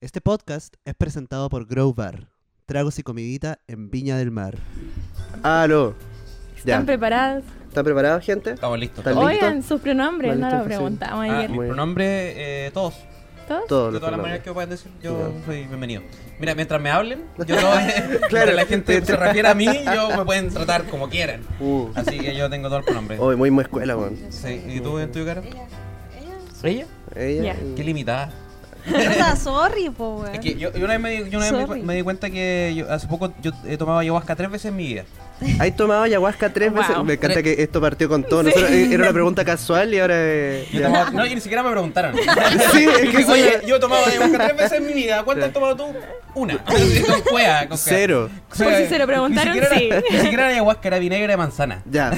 Este podcast es presentado por Grow Bar, tragos y comidita en Viña del Mar. Aló. ¿Están Ya. preparadas? ¿Están preparados, gente? Estamos listos. ¿Están todos. listos? Oigan, sus pronombres, no Maldita lo presión. preguntamos Ah, ayer. mi Muy bien. pronombre, eh, todos. ¿Todos? De Todos los todas las pronombres. maneras que puedan decir, yo Ya. soy bienvenido. Mira, mientras me hablen, yo no. Claro. claro, la gente se refiere a mí, yo me pueden tratar como quieran. Uh. Así que yo tengo todos los pronombres. Hoy muy muy escuela, weón. Sí, ¿Y tú en tu cara? ¿Ella? Ella. Ya. Qué limitada. Puta, sorry, po, weón. Es que yo, yo una vez, me di, yo una vez me, Sorry. me di cuenta que yo- hace poco yo he tomado ayahuasca tres veces en mi vida. ¿Has tomado ayahuasca tres Wow. veces? Me encanta que esto partió con todo. Nosotros- eh, Era una pregunta casual y ahora. eh, Yo ya. tomaba- no, y ni siquiera me preguntaron. Sí, es que eso- Oye, yo he tomado ayahuasca tres veces en mi vida. ¿Cuántas has tomado tú? Una. Con cuea, con cuea. Cero. O sea, Por si se lo ni preguntaron, siquiera era- sí. Ni siquiera era ayahuasca, era vinagre de manzana. Ya,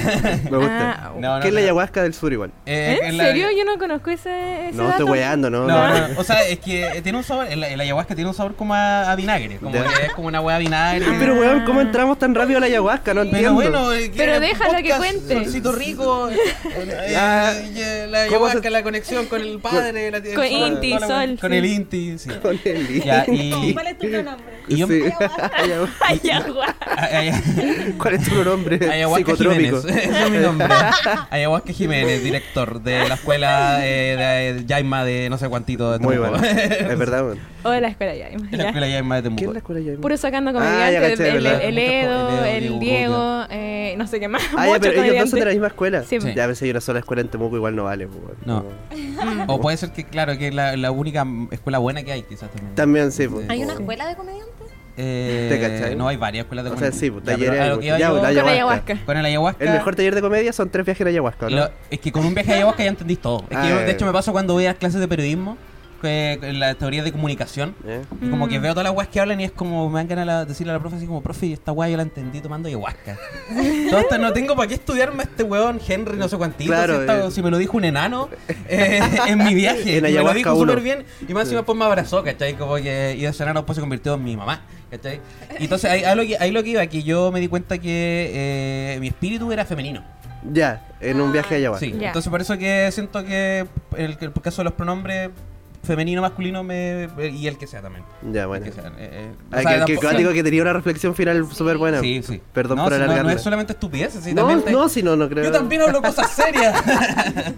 me gusta. Ah, No, no, ¿Qué es la no. ayahuasca del sur igual? Eh, ¿En es la- serio? Yo no conozco ese, ese No, dato. estoy weando, ¿no? No, no, o sea, es que eh, tiene un sabor, el, el ayahuasca tiene un sabor como a, a vinagre, como Ya. Ah, que es como una hueá vinagre. Pero weón, ¿cómo entramos tan rápido a la ayahuasca? Pero No entiendo. bueno, eh, Pero eh, déjala que cuente. Solcito rico, eh, eh, Ya. y, eh, la Ah, ¿Cómo ayahuasca, se- la conexión con el padre, la- Con el sol, Inti, toda la hueá. sol, Con sí. el Inti, sí. Con el Ya, No, y, ¿Cuál es tu pronombre? y yo Sí. Ayahuasca. Ay, ay, ¿Cuál es tu nombre? Ayahuasca Psicotrópico. Jiménez, ese es mi nombre. Ayahuasca Jiménez, director de la escuela eh, de Yaima de no sé cuántito de Muy Temuco. bueno. Es verdad, weón. O de Oh, la escuela ya, De la imagina. escuela Yaima de ¿Qué es Temuco. la escuela ayahuasca? Puro sacando Ah, ya comediantes, caché, el, ¿verdad? el Edo, Muchos co- el Edo, el Diego Diego, eh, no sé qué más. Ah, ya, muchos pero ellos dos son de la comediantes. misma escuela. Sí. Sí. Ya, a veces hay una sola escuela en Temuco, igual no vale. weón. No. O puede ser que, claro, que es la, la única escuela buena que hay, quizás también. También sí, pues. ¿Hay una escuela de comediantes? Eh, ¿Te cachai? No, hay varias escuelas de O sea, comedia. sí, pues, Ya, pero talleres a lo hay que iba muchas. Ya, yo pues, Con la ayahuasca. ayahuasca. Con el ayahuasca. El mejor taller de comedia son tres viajes en ayahuasca, ¿o ¿no? lo- es que con un viaje de ayahuasca ya entendís todo. Es que Ah, yo, ya. de hecho, me pasa cuando voy a las clases de periodismo, que, en la teoría de comunicación. ¿Eh? Y como que veo todas las weas que hablan y es como me dan ganas de decirle a la profe así como, profe, esta wea yo la entendí tomando ayahuasca. Todo esto no tengo para qué estudiarme a este weón Henry no sé cuántito. Claro, si, esta- eh. si me lo dijo un enano eh, en mi viaje. En y me lo ayahuasca dijo uno. súper bien. Y más encima pues me abrazó, ¿cachai? Como que y ese enano después se convirtió en mi mamá. ¿Cachai? Y entonces ahí, ahí lo que, ahí lo que iba, que yo me di cuenta que eh, mi espíritu era femenino. Ya, en un Ah, viaje a ayahuasca. Sí, Ya. entonces por eso que siento que el, el caso de los pronombres femenino, masculino me, y el que sea también. Ya, bueno. Que sean, eh, eh, Ay, o sea, que- que, tampoco- cuático que tenía una reflexión final súper buena. Sí, sí. Perdón No, por si no- alargarla. No, es solamente estupidez, sí, no, también te- no, si no, no creo. Yo también hablo cosas serias. ya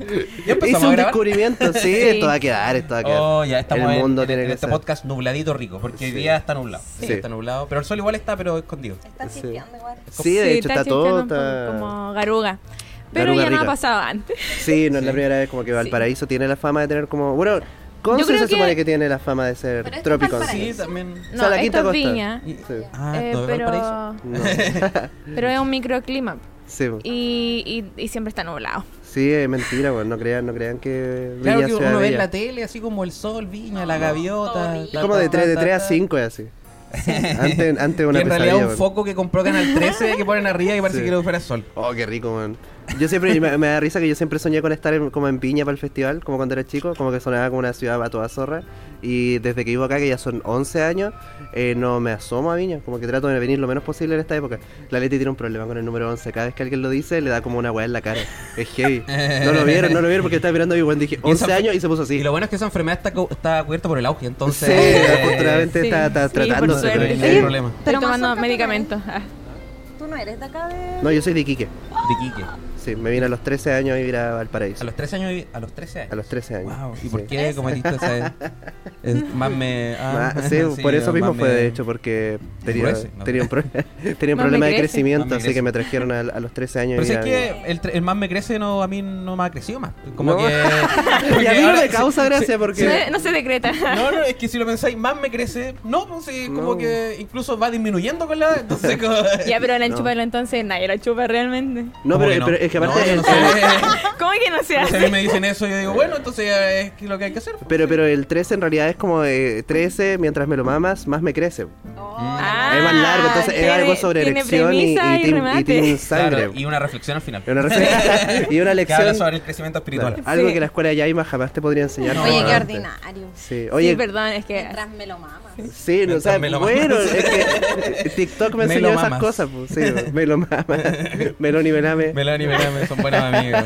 Hice empezamos un a grabar. descubrimiento, sí, esto va a quedar, esto va a quedar. Oh, ya estamos El en- mundo en, tiene en que este ser. podcast nubladito rico, porque hoy Sí. día está nublado. Sí. Sí, Está nublado, pero el sol igual está, pero escondido. Estás Sí. chisteando igual. Sí, de hecho está todo. chispeando un está- poco Como garuga. Pero Garuga ya no ha rica. pasado antes. Sí, no es la primera vez como que Valparaíso tiene la fama de tener como. Bueno, Conce Yo creo se que- supone que tiene la fama de Pero ser esto es trópico. Sí, Valparaíso. también. O sea, No, la Quinta esto es Costa. Viña. Y- Sí. Ah, eh, todo es Valparaíso. pero, No, pero es un microclima sí, y, y, y siempre está nublado. sí, es mentira, bueno, no crean, no crean que Viña Claro que Ciudad uno ve en Bella. la tele así como el sol, viña, la gaviota. horrible. Es como de 3, de 3 a 5 es así. Antes, antes una que en realidad pesadilla, un bueno. foco que compró Canal 13 que ponen arriba y parece Sí. que lo fuera sol. Oh, qué rico, man. Yo siempre, me, me da risa que yo siempre soñé con estar en- como en Piña para el festival, como cuando era chico, como que sonaba como una ciudad a toda zorra. Y desde que vivo acá, que ya son 11 años, eh, no me asomo a Viña, como que trato de venir lo menos posible en esta época. La Leti tiene un problema con el número 11, cada vez que alguien lo dice, le da como una weá en la cara. Es heavy. No lo vieron, no lo vieron porque estaba mirando a mi buen, dije Y esa 11 años y se puso Y así. lo bueno es que esa enfermedad está, cu- está cubierta por el auge, entonces. Sí, eh, afortunadamente sí, está, está sí, por tratándose. pero suerte. no es hay heavy. problema. Estoy más tomando cerca tú medicamentos. Ah. eres- Tú no eres de acá de. No, yo soy de Iquique. De Quique. Sí, me vine a los 13 años a vivir a A Valparaíso. los 13 años. A los 13 años. A los 13 años. Wow. ¿Y Sí. por qué cometiste esa.? es- más me. ah, Ah, sí, por eso más mismo me- fue, de hecho, porque tenía, Endurece, ¿no? tenía un, pro- tenía un Más me problema de crece. crecimiento, Más me así crece. que me trajeron a, a los 13 años. Pero si y es era- que el, tre- el más me crece, no, a mí no me ha crecido más. Como No. que. Y porque a mí no ahora- me causa gracia porque... No, se- no se decreta. No, no, es que si lo pensáis, más me crece. No, pues sí, como No. que incluso va disminuyendo con la edad. Entonces, como... Ya, pero en el No. chupalo entonces nadie la chupa realmente. No, Como pero, que no. pero es que No, yo aparte... no el- sé. ¿Cómo que no se Si a mí hace? me dicen eso, yo digo, bueno, entonces eh, es que lo que hay que hacer. Pero, pero el 13 en realidad es como eh, 13, mientras me lo mamas, más me crece. Oh, Ah, Mm. es más largo, entonces es tiene- algo sobre tiene erección y, y, premisa y team- y remate. team Claro, sangre. y una reflexión al final. Y una rece- y una Que habla lección... sobre el crecimiento espiritual. claro, Algo Sí. que la escuela de Yaima jamás te podría enseñar. No, Oye, qué probablemente. ordinario. Sí, Oye, oye, perdón, es que. Mientras me lo mamas. Sí, no, o sea, Me lo bueno, mamas. es que eh, TikTok me Me enseñó lo esas mamas. cosas, pues, sí, me lo mama, Meloni Melame. Melanie, Melanie, son buenas amigas.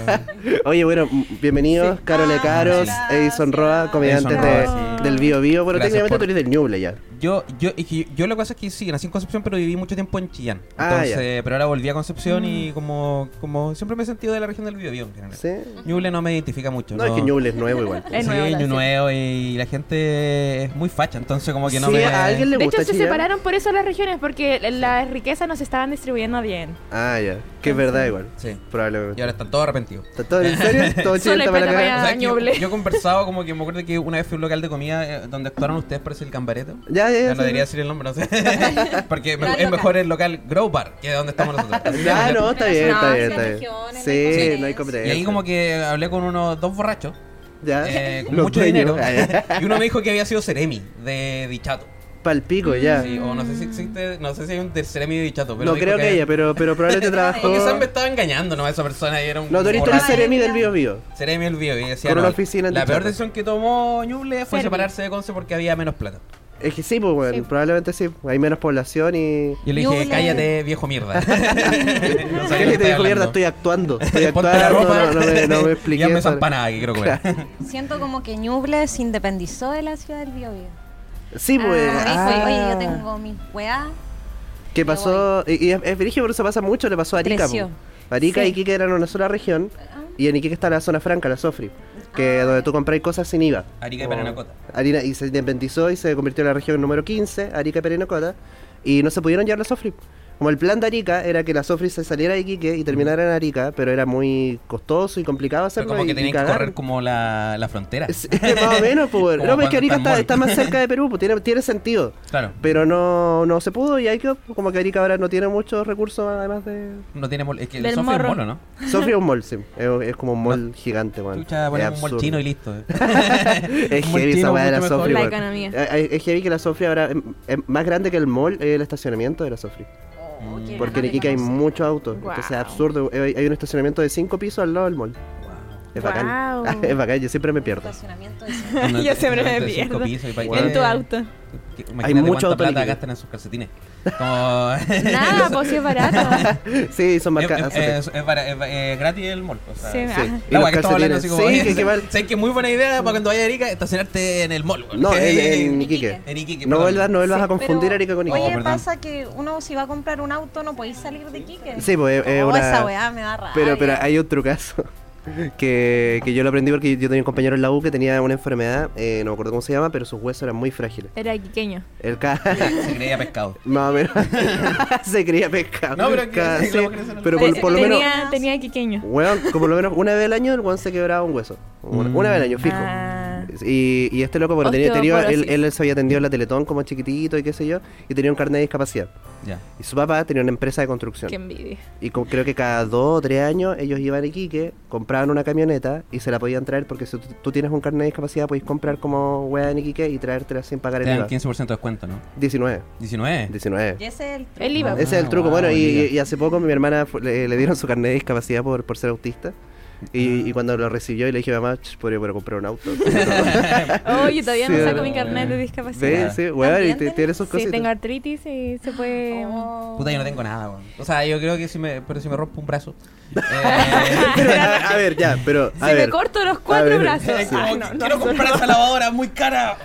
Oye, bueno, m- bienvenidos, Carole Ah, Caros, gracias. Edison Roa, comediantes Edison de- Roa, sí. del Bio Bio, pero Gracias técnicamente por- tú eres del Ñuble ya. Yo, yo, es que yo lo que pasa es que sí, nací en Concepción, pero viví mucho tiempo en Chillán. Ah, Entonces, pero ahora volví a Concepción y Mm. como, como siempre me he sentido de la región del Biobío en general. ¿Sí? Ñuble no me identifica mucho. No, es que Ñuble es nuevo igual. Es Sí, nuevo, Ñu gracias. nuevo y la gente es muy facha, entonces como que no Sí, me... a alguien le De hecho, gusta se chillar? separaron por eso las regiones, porque las riquezas no se estaban distribuyendo bien. Ah, ya, que es verdad igual, Sí. Y probablemente. ahora están todos arrepentidos. ¿Está todo en serio? ¿Todo Solo chillar hay para la plata cara? Ah, O sea, que yo, Ñuble. yo he conversado como que me acuerdo que una vez fui a un local de comida eh, donde actuaron ustedes, parece el Cambareto. Ya, ya, Ya ya. no sí, debería sí. decir el nombre, no sé. Porque me- Gran es local. mejor el local Grow Bar, que es donde estamos nosotros. Así que- Ya, no, está bien, No, está sí, hay bien, está bien. regiones, no hay Sí, competencia. no hay Y competencia. ahí como que hablé con unos dos borrachos, Ya, eh, con los mucho dueños. dinero, y uno me dijo que había sido Ceremi de Dichato. Palpico, Oh, ya. Sí, o no sé si existe, no sé si hay un de Ceremi de Dichato, pero No dijo creo que ella, pero, pero probablemente O trabajó. quizás me estaba engañando, ¿no? Esa persona y era un No, tú eres tú eres borracho. Seremi del Bio Bio. Ceremi el bio y decía, Con una no, oficina en la Dichato. peor decisión que tomó Ñuble fue Ceremi. separarse de Conce porque había menos plata. Es que sí, pues bueno, probablemente sí. Hay menos población y. Yo le dije, Ñuble. cállate, viejo mierda. no sé ¿Qué de le qué te estoy dijo mierda? hablando. Estoy actuando. Estoy Ponte la actuando, ropa. no, no me, no me Y expliqué. hazme esa eso. empanada que quiero comer. Siento como que Ñuble se independizó de la ciudad del Biobío. Sí, pues. Ah, dijo, ah. Oye, yo tengo mis weá. ¿Qué pasó? Y, y es, es brígido, pero eso pasa mucho. Le pasó a Arica. Creció. po. Arica Sí. y Iquique eran una sola región. Y en Iquique está la zona franca, la Sofri. Que Ah. donde tú compras cosas sin IVA. Arica y Como- Parinacota. Arina- y se independizó y se convirtió en la región número 15, Arica y Parinacota. Y no se pudieron llevar la Sofri. Como el plan de Arica era que la Sofri se saliera de Iquique y terminara en Arica, pero era muy costoso y complicado Mm. Pero hacerlo. como y- que y tenían que cagaron. correr como la, la frontera. Sí, más o menos, pues. Como No, pero es cuando que Arica está en está, mall. está más cerca de Perú, pues tiene, tiene sentido. Claro. Pero no, no se pudo y hay que, como que Arica ahora no tiene muchos recursos además de... No tiene mol- Es que el Del Sofía es morro. molo, ¿no? Sofri es un mall, sí. Es, es como un mall gigante, weón. Chucha, Es ponemos un mol absurdo. chino y listo. Es Un mall heavy esa chino weá de la mucho mejor. Sofri, La weón. economía. Eh, eh, Es heavy que la Sofri ahora es- es más grande que el mall, es el estacionamiento de la Sofri. Oh, qué Porque en grande. Iquique hay muchos autos. Guau. Entonces es absurdo. Eh, Hay, hay un estacionamiento de cinco pisos al lado del mall. Es bacán. Guau. es bacán, yo siempre me pierdo. Estacionamiento Una- Yo siempre una me de cinco pierdo. pisos y pa- Bueno. En tu auto. que- Imagínate cuánta mucho auto plata líquido. gastan en sus calcetines. Como... Nada, pues sí es barato. Sí, son Es, marcas. es, es, es bara- es- es gratis el mall. O sea, Sí, me- Sí. Ajá. Y Eh, La los weá que estamos hablando así como. calcetines. oye, Sí, que, que va- sé- sé que muy buena idea para cuando vaya a Erika estacionarte en el mall. weón. No, Que- en, en Iquique. Iquique. en Iquique, No perdón. vuelvas, no vuelvas Sí, a confundir pero, Arica con Iquique. Oye, Oh, perdón. pasa que uno si va a comprar un auto no podéis salir de Iquique. Sí, pues es- es Oh, una- esa weá me da rabia. Pero, pero hay otro caso que, que yo lo aprendí porque yo tenía un compañero en la U que tenía una enfermedad, eh, no me acuerdo cómo se llama, pero sus huesos eran muy frágiles. Era quiqueño. El ca... Se creía pescado. Más o menos. se creía pescado. No, pero que- Ca- que sí, lo crecen al- pero por, Te- por lo menos, tenía, Tenía quiqueño. weón, como lo menos una vez al año el weón se quebraba un hueso. Una, Mm. una vez al año, fijo. Ah. Y, y este loco, bueno, tenía, tenía- él, Osteoporosis. él se había atendido en la Teletón como chiquitito y qué sé yo, y tenía un carnet de discapacidad. Ya. Y su papá tenía una empresa de construcción. Qué envidia. Y co- creo que cada dos o tres años ellos iban a Iquique, compraban una camioneta y se la podían traer porque si tú- tú tienes un carnet de discapacidad podéis comprar como hueá en Iquique y traértela sin pagar Te el dan IVA. 15% de descuento, ¿no? 19, 19. 19. Y ese es el El IVA. Ese es el truco. Ah, bueno, y, mira. y hace poco mi hermana fu- le, le dieron su carnet de discapacidad por, por ser autista. Y, y cuando lo recibió y le dije a mamá, "Ch, podría poder comprar un auto. Oh, yo todavía Sí, no saco no. mi carnet de discapacidad. ¿Ves? Sí, weón, y ¿También te- tenés? tiene sus Sí, cositas. tengo artritis y se puede... Oh. Puta, yo no tengo nada, weón. O sea, yo creo que si me, pero si me rompo un brazo. eh, Pero, a, a ver, ya, pero. A Si me ver. corto los cuatro ver. brazos. como Ay, que no, no, quiero no, comprar no. esa lavadora muy cara.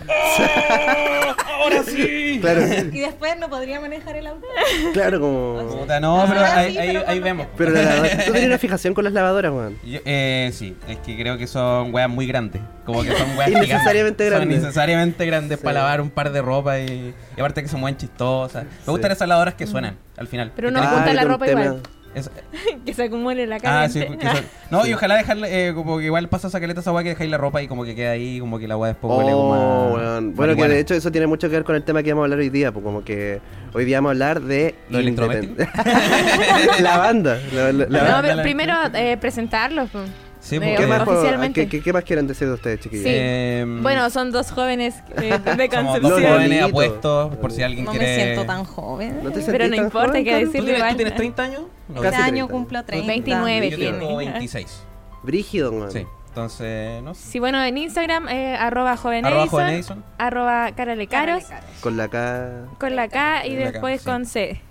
¡Oh! ahora sí. Claro, Y después no podría manejar el auto. claro, como. Puta, no, pero Ah, ahí, sí, ahí, pero ahí cuando- vemos. pues. Pero la lavadora- Tú tenías una fijación con las lavadoras, weón. Yo- eh, sí, es que creo que son weas muy grandes. Como que son weas Innecesariamente gigantes. grandes. Son necesariamente grandes Sí. para lavar un par de ropa y, y aparte que se mueven chistosas. Me Sí. gustan esas lavadoras que suenan al final. Pero Que no le tienen gusta Ah, la era un ropa tema. igual. como- es- Que se acumule la cara. Ah, sí, que entera. son- No, y ojalá dejarle, eh, como que igual pasa esa caleta esa weá que dejáis la ropa y como que queda ahí, como que la weá después huele como Oh, a weón. Bueno, que marihuana. de hecho eso tiene mucho que ver con el tema que vamos a hablar hoy día, pues como que hoy día vamos a hablar de... ¿Los electrodomésticos? independ- la banda. la- la- la- No, verdad, pero la- primero eh, presentarlos. po. Sí, Me- porque- ¿Qué, más, po- oficialmente. ¿qué- qué, qué más quieren decir de ustedes, chiquillos? Sí. Eh, Bueno, son dos jóvenes eh, de somos dos Lolo. Concepción. jóvenes Lolito. apuestos, por si alguien No quiere... me siento tan joven. ¿No te Pero sentís no tan importa, hay que Carlos? ¿Tú decir- tienes, tú 30. tienes 30 años? No, Este Casi año 30. cumplo 30. 29 yo tengo tiene. 26. Brígido, weón. Sí. Entonces, no sé. Sí, bueno, en Instagram, eh, arroba joven Arroba Edison, joven Edison. arroba caralecaros, Con la K. con la K y Con la K, después sí. con C.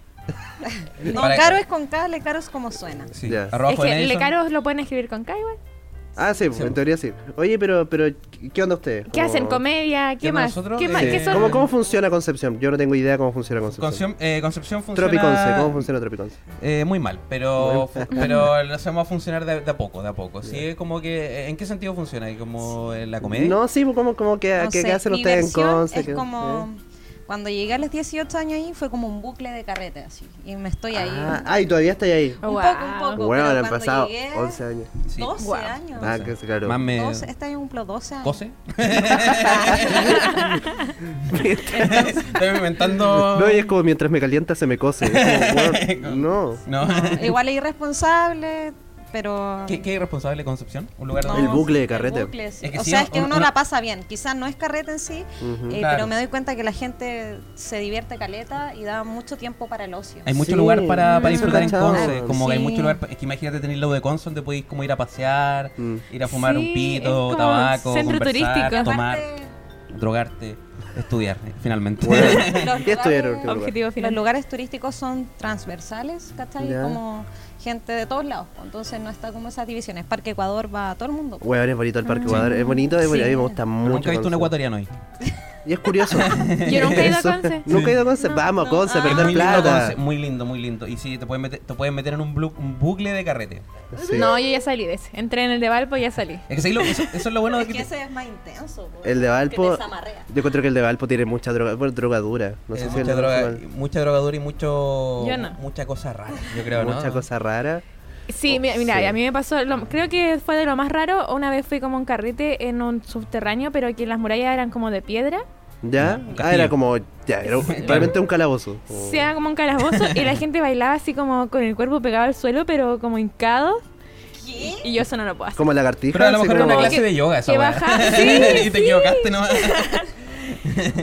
No, Para- caro es con K, le caro es como suena. Sí, Ya. arroba es joven que le Edison. caros lo pueden escribir con K igual. Ah, sí, Sí, en pues. teoría sí. Oye, pero, pero ¿qué onda ustedes? ¿Qué ¿Cómo- hacen? ¿Comedia? ¿Qué ¿Qué más? nosotros? ¿Qué más? Eh, ¿Qué son? ¿Cómo, ¿Cómo funciona Concepción? Yo no tengo idea cómo funciona Concepción. Concepción, eh, Concepción funciona... Tropiconce, ¿cómo funciona Tropiconce? Eh, muy mal, pero, Muy mal. fu- pero lo hacemos a funcionar de, de a poco, de a poco. Sí, es como que, eh, ¿en qué sentido funciona? ¿Y ¿Como en la comedia? No, sí, pues, ¿cómo, cómo que, No qué, sé, qué hacen mi ustedes en versión Conce? Es ¿Qué- como. eh? Cuando llegué a los 18 años ahí fue como un bucle de carrete así. Y me estoy ahí. Ah, ay, todavía estoy ahí. un Wow. poco, un poco. bueno, pero han cuando pasado llegué, 11 años. 12 Wow. años. Ah, que- claro. Más me... 12, este año cumplo 12 años. ¿Cose? Estoy inventando... No, y es como mientras me calienta se me cose. Es como, bueno, no. No. Igual es irresponsable, pero. ¿Qué, ¿Qué irresponsable Concepción? ¿Un lugar No, donde... El bucle de el carrete. bucle, sí. Es que o sí, sea, es que un- uno una- la pasa bien. Quizás no es carrete en sí, Ujú. eh, Claro. pero me doy cuenta que la gente se divierte caleta y da mucho tiempo para el ocio. Hay mucho Sí, lugar para, para eso disfrutar en cachaba. Conce. Como que hay Sí. mucho lugar. pa- Es que imagínate tener lo de Conce donde podéis como ir a pasear, Mm. ir a fumar Sí, un es pito, como tabaco, centro conversar, turístico. tomar, Aparte, drogarte, estudiar, eh, finalmente. Bueno. los ¿Qué estudiaron en lugares- último lugar? Objetivo Los final. lugares turísticos son transversales, ¿cachai? Ya. Como gente de todos lados. pues, Entonces no está como esas divisiones. Parque Ecuador va a todo el mundo. pues. Weón, es bonito el parque Ecuador. Es bonito, es bonito. A mí me gusta mucho. Nunca he visto un Conce. ecuatoriano ahí. Y es curioso. Yo nunca he ido a Eso. Conce. Nunca he ido a Conce. No, Vamos, a no. Conce, a Ah. Es perder muy lindo, plata. Conce, muy lindo, muy lindo. Y sí, te pueden meter, te pueden meter en un, blu- un bucle de carrete. Sí. No, yo ya salí de ese. Entré en el de Valpo y ya salí. Es que sí, lo- eso, eso es lo bueno de Es que. que te- ese es más intenso. po, El Que de te Valpo. desamarrea. Yo encuentro que el de Valpo tiene mucha droga, bueno, droga dura. No eh, sé si mucha, el- droga, mal. mucha drogadura y mucho. Yo no. Mucha cosa rara, yo creo, ¿no? mucha cosa rara. Sí, Oh, mi- mira, sí. a mí me pasó, lo- creo que fue de lo más raro. Una vez fui como a un carrete en un subterráneo, pero que las murallas eran como de piedra. ¿Ya? Un Ah, castillo. era como. Ya, era un- realmente un calabozo. Como- Se era como un calabozo y la gente bailaba así como con el cuerpo pegado al suelo, pero como hincado. ¿Qué? Y yo eso no lo puedo hacer. Como lagartija. Pero a lo así mejor era como- una que- clase de yoga esa que weá. baja- sí, Y te equivocaste, ¿no?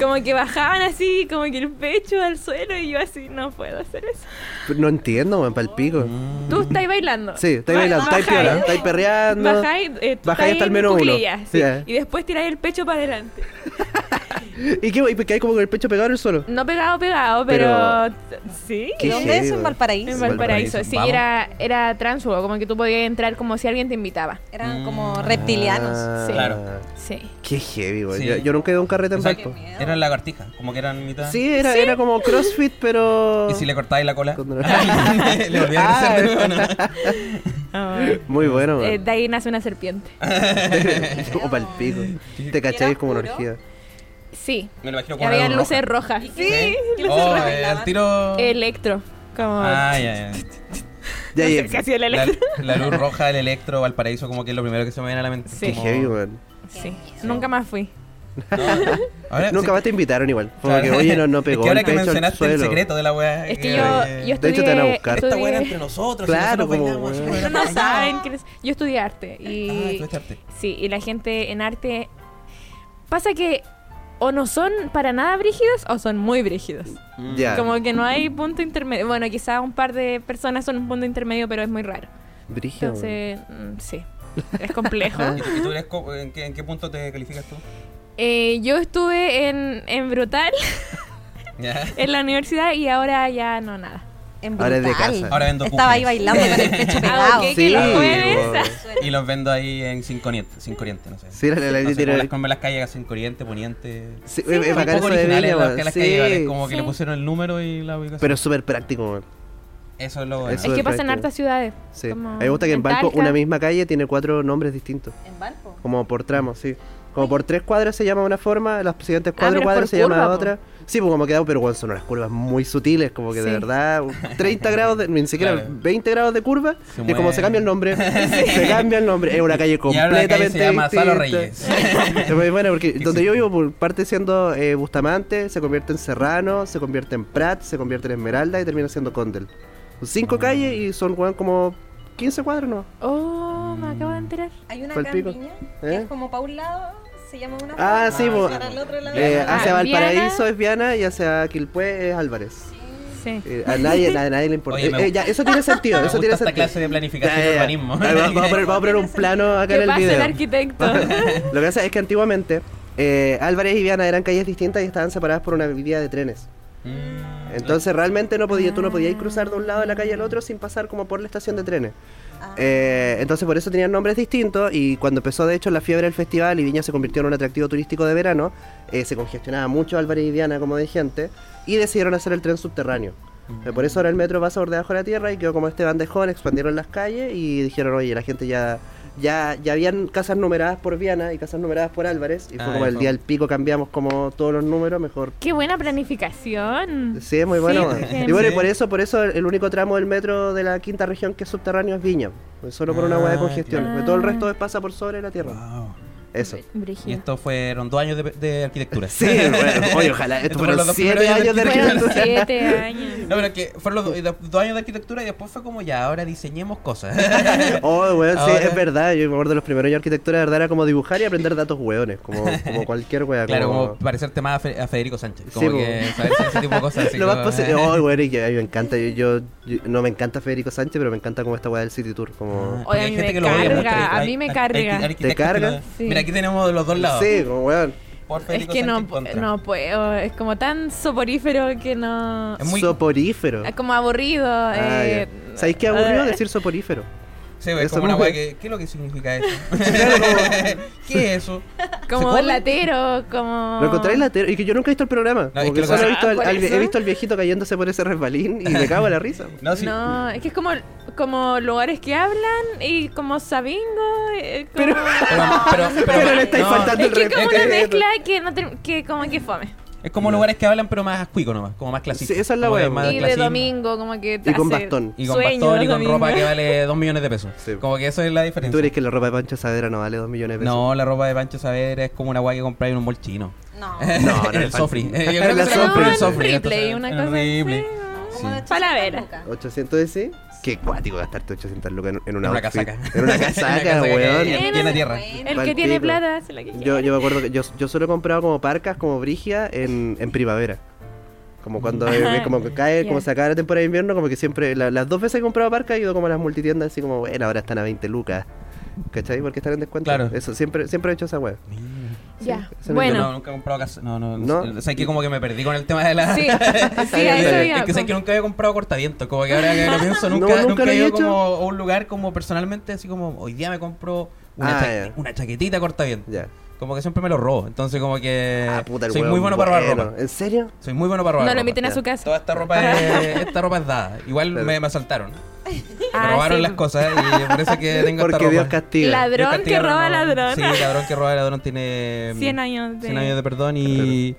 Como que bajaban así, como que el pecho al suelo y yo así, no puedo hacer eso. No entiendo, man, pa'l pico. Mm. Tú estás bailando. Mm. Sí, estáis bailando, estáis bajáis. piola, estáis perreando. Bajáis, eh, tú estás Bajáis hasta el en menos uno. cuclillas, sí, Sí, eh. Y después tiráis el pecho para adelante. ¿Y qué? ¿Y qué hay como con el pecho pegado en el suelo? No pegado, pegado, pero... Sí. ¿Y Qué dónde es heavy, en weón. En Valparaíso? Valparaíso, Valparaíso, sí, vamos. era, era transfugo, como que tú podías entrar como si alguien te invitaba. Eran como reptilianos. Ah, Sí. Claro. Sí. Qué heavy, güey. Sí. Yo, yo nunca he ido a un carrete en O sea, Valpo. miedo. eran lagartijas, como que eran mitad. Sí, era, era como CrossFit, pero. Y si le cortáis la cola. Cuando- Ah, le volví a crecer de nuevo, ¿no? Muy bueno, Eh, man. de ahí nace una serpiente. como pa'l pico. Te cacháis ¿Era como una oscuro? orgía. Sí. Me lo imagino Y con una había luz luces roja. rojas. Sí. luces Oh, rojas. eh, al tiro. Electro. Como... Ah, ya, ya. Ya, no ya. sé si hacía el La, electro. la luz roja del electro Valparaíso, como que es lo primero que se me viene a la mente. Sí. Qué Como- heavy, man. Sí. Nunca más fui. Eh, Ahora, Nunca sí, más te invitaron igual. Como claro. que, oye, no, no Es que pegó. ahora el que pecho al mencionaste el suelo. secreto de la weá. Es que eh, yo, eh, yo De hecho, te van a estudié- buscar. Esta weá era estudié- entre nosotros. Claro, nosotros como bailamos, weá. nosotros No bailamos. saben quién es. Yo estudié arte Ah, y tú echaste. sí, y la gente en arte pasa que o no son para nada brígidos o son muy brígidos. Ya. Como que no hay punto intermedio. Bueno, quizá un par de personas son un punto intermedio, pero es muy raro. Brígido, man. Entonces, mm, sí, es complejo. ¿Y tú- y tú eres co- en, qué, en qué punto te calificas tú? Eh, yo estuve en, en Brutal, Ya. en la universidad, y ahora ya no nada. En Ahora es de brutal. casa. Ahora vendo Estaba ahí cucas. bailando con el pecho Ah, pegado. ok, Sí, que los weón. jueves- Y los vendo ahí en Sin Corriente, sin corriente no sé. Sí, la- la- la- No sé, tiene- como las, como las calles Sin Corriente, Poniente. Sí, es- es Un bacán poco eso de originales Viña, las- man. que las Sí. calles, ahora es como que Sí. le pusieron el número y la ubicación. Pero es súper práctico, man. Eso es lo bueno. Eso Es que pasa en práctico. hartas ciudades. Sí. como A mí me gusta que en Valpo Talca. una misma calle tiene cuatro nombres distintos. En Valpo. Como por tramos, sí. Como por tres cuadras se llama de una forma, las siguientes Ah, cuatro pero cuadras por se llama curva, po. otra. Sí, pues como quedado, pero bueno, son unas curvas muy sutiles, como que de Sí. verdad, un 30 grados, de, ni siquiera Claro. 20 grados de curva, Se y como mueve. se cambia el nombre, se cambia el nombre. Es una calle Y ahora la completamente. calle se llama Salo Reyes. distinta. Es muy bueno, porque Sí, donde sí. yo vivo, por parte siendo eh, Bustamante, se convierte en Serrano, se convierte en Prat, se convierte en Esmeralda y termina siendo Condel. Mm. Cinco calles y son weón, como 15 cuadros, ¿no? Mm. Oh, me acabo de enterar. Hay una Palpico. campiña ¿Eh? que es como para un lado, se llama una Ah, forma, sí, bo- para el otro lado. Eh, Ah, hacia Viana. Valparaíso es Viana y hacia Quilpué es Álvarez. Sí. Eh, a nadie, a nadie le importa. Oye, me- Eh, ya, eso tiene sentido, Me eso gusta tiene esta sentido. clase de planificación Ya, ya, de ya. urbanismo. Ahí va- Vamos a poner, vamos a poner un plano acá Que en el pasa el video. arquitecto. Lo que pasa es que antiguamente eh, Álvarez y Viana eran calles distintas y estaban separadas por una vía de trenes. Mm. Entonces realmente no podía, tú no podías cruzar de un lado de la calle al otro sin pasar como por la estación de trenes. Ah. Eh, entonces por eso tenían nombres distintos y cuando empezó de hecho la fiebre del festival y Viña se convirtió en un atractivo turístico de verano, eh, se congestionaba mucho Álvarez y Viana como de gente y decidieron hacer el tren subterráneo. Eh, Por eso ahora el metro pasa por debajo de la tierra y quedó como este bandejón, expandieron las calles y dijeron, oye, la gente ya... Ya, ya habían casas numeradas por Viana y casas numeradas por Álvarez y fue Ah, como ya el fue. día del pico cambiamos como todos los números, mejor Qué buena planificación. Sí, es muy bueno. Sí, y bueno, y sí. por eso, por eso el único tramo del metro de la quinta región que es subterráneo es Viña. Pues Solo por una Ah, hueá de congestión. claro. Porque Todo el resto es- pasa por sobre la tierra. Wow. Eso. Brígido. Y esto fueron dos años de, de arquitectura. Sí, bueno, oye, ojalá. Estos Estos fueron los fueron dos siete primeros años años de de Fueron arquitectura. siete años. No, pero que fueron los do- do- dos años de arquitectura y después fue como ya, ahora diseñemos cosas. Oh, weón, sí, Ahora- es verdad. Yo me acuerdo de los primeros años de arquitectura, de verdad era como dibujar y aprender datos hueones. Como, como cualquier hueá. claro, como- como parecerte más a, Fe- a Federico Sánchez. Sí, Como po. que saber hacer ese tipo de cosas. así Lo más como- posible. Oh, weón, y que a mí me encanta. Yo, yo- yo- no me encanta Federico Sánchez, pero me encanta como esta hueá del City Tour. Como. Ah, Porque hay a mí gente me que lo odia mucho. carga, a Hay- mí me hay- carga. hay arquitectos ¿Te carga? que lo- Sí. Mira, aquí tenemos los dos lados. Sí, como weón. Por Es Federico que no, Sánchez contra. no puedo, es como tan soporífero que no... Es muy- Soporífero. Es como aburrido. Ah, eh, ya. ¿Sabéis qué aburrido eh, decir soporífero? Sí, es Eso como una como weá que- que. ¿Qué es lo que significa eso? ¿Qué es eso? ah, Como come? latero, como... Lo encontré en la tele. Y que yo nunca he visto el programa. No, es Como que lo que solo que- he visto, Ah, al, ¿por al- eso? he visto al viejito cayéndose por ese resbalín y me cago en la risa. No, Ah, sí. No, es que es como, como lugares que hablan y como Sabingo. eh, como- Pero, pero, pero, Pero le estáis no, faltando es que es como una respeto. mezcla que, no te- que como que fome. Es como lugares que hablan, pero más cuico nomás, como más clasista. Sí, esa es la Como wea, de po. más Y de clasismo. domingo, como que. Ah, Y con hace bastón. Y con sueño bastón y los con domingos. ropa que vale 2 millones de pesos. Sí. Como que eso es la Tú diferencia. crees que la ropa de Pancho Saavedra no vale dos millones de pesos. No, la ropa de Pancho Saavedra es como una guay que compráis en un mall chino. Ah, No. eh, No, no, el el Sofri. pan- Eh, Yo creo La que se lo Sofri. compré en el No, Sofri. en entonces, Ripley, una en cosa así, Ripley. ¿no? Sí. Como de 800 Palavera. lucas. 800 de sí. Qué cuático gastarte 800 lucas en, en una, En una outfit. casaca. En una En una casaca casaca, que- weón. llena de tierra. El Pal que tiene pico. plata hace la que quiere. Yo, yo me acuerdo que yo, yo solo he comprado como parcas, como brigia, en, en primavera. Como cuando eh, como que cae, Ya. como se acaba la temporada de invierno, como que siempre, la- las dos veces que he comprado parcas he ido como a las multitiendas, así como, bueno, ahora están a 20 lucas. ¿Cachai? Porque están en descuento. Claro. Eso, siempre, siempre he hecho esa web. Ya. ese me Yo Bueno. no, nunca he comprado casa. No, no, no. No. O sea, que como que me perdí con el tema de la. Sí, sí, a eso Es iba, que sé como- que nunca había comprado cortadientos, como que ahora que lo pienso, nunca, No, nunca nunca, lo he he ido hecho. como a un lugar como personalmente, así como hoy día me compro una, Ah, chaque- ya. una chaquetita cortavientos. Ya, Como que siempre me lo robo, entonces como que Ah, puta, el soy hueón muy bueno para robar bueno. ropa. ¿En serio? Soy muy bueno para robar pues, No lo ropa. inviten a su casa. Toda esta ropa es, esta ropa es dada. Igual Claro. me, me asaltaron. Ah, me robaron sí. las cosas y por eso es que tengo esta Porque ropa. Dios castiga. Ladrón. Dios castiga que roba a los ladrón. Sí, ladrón que roba ladrón tiene mm, 100 años de. 100 años de perdón y,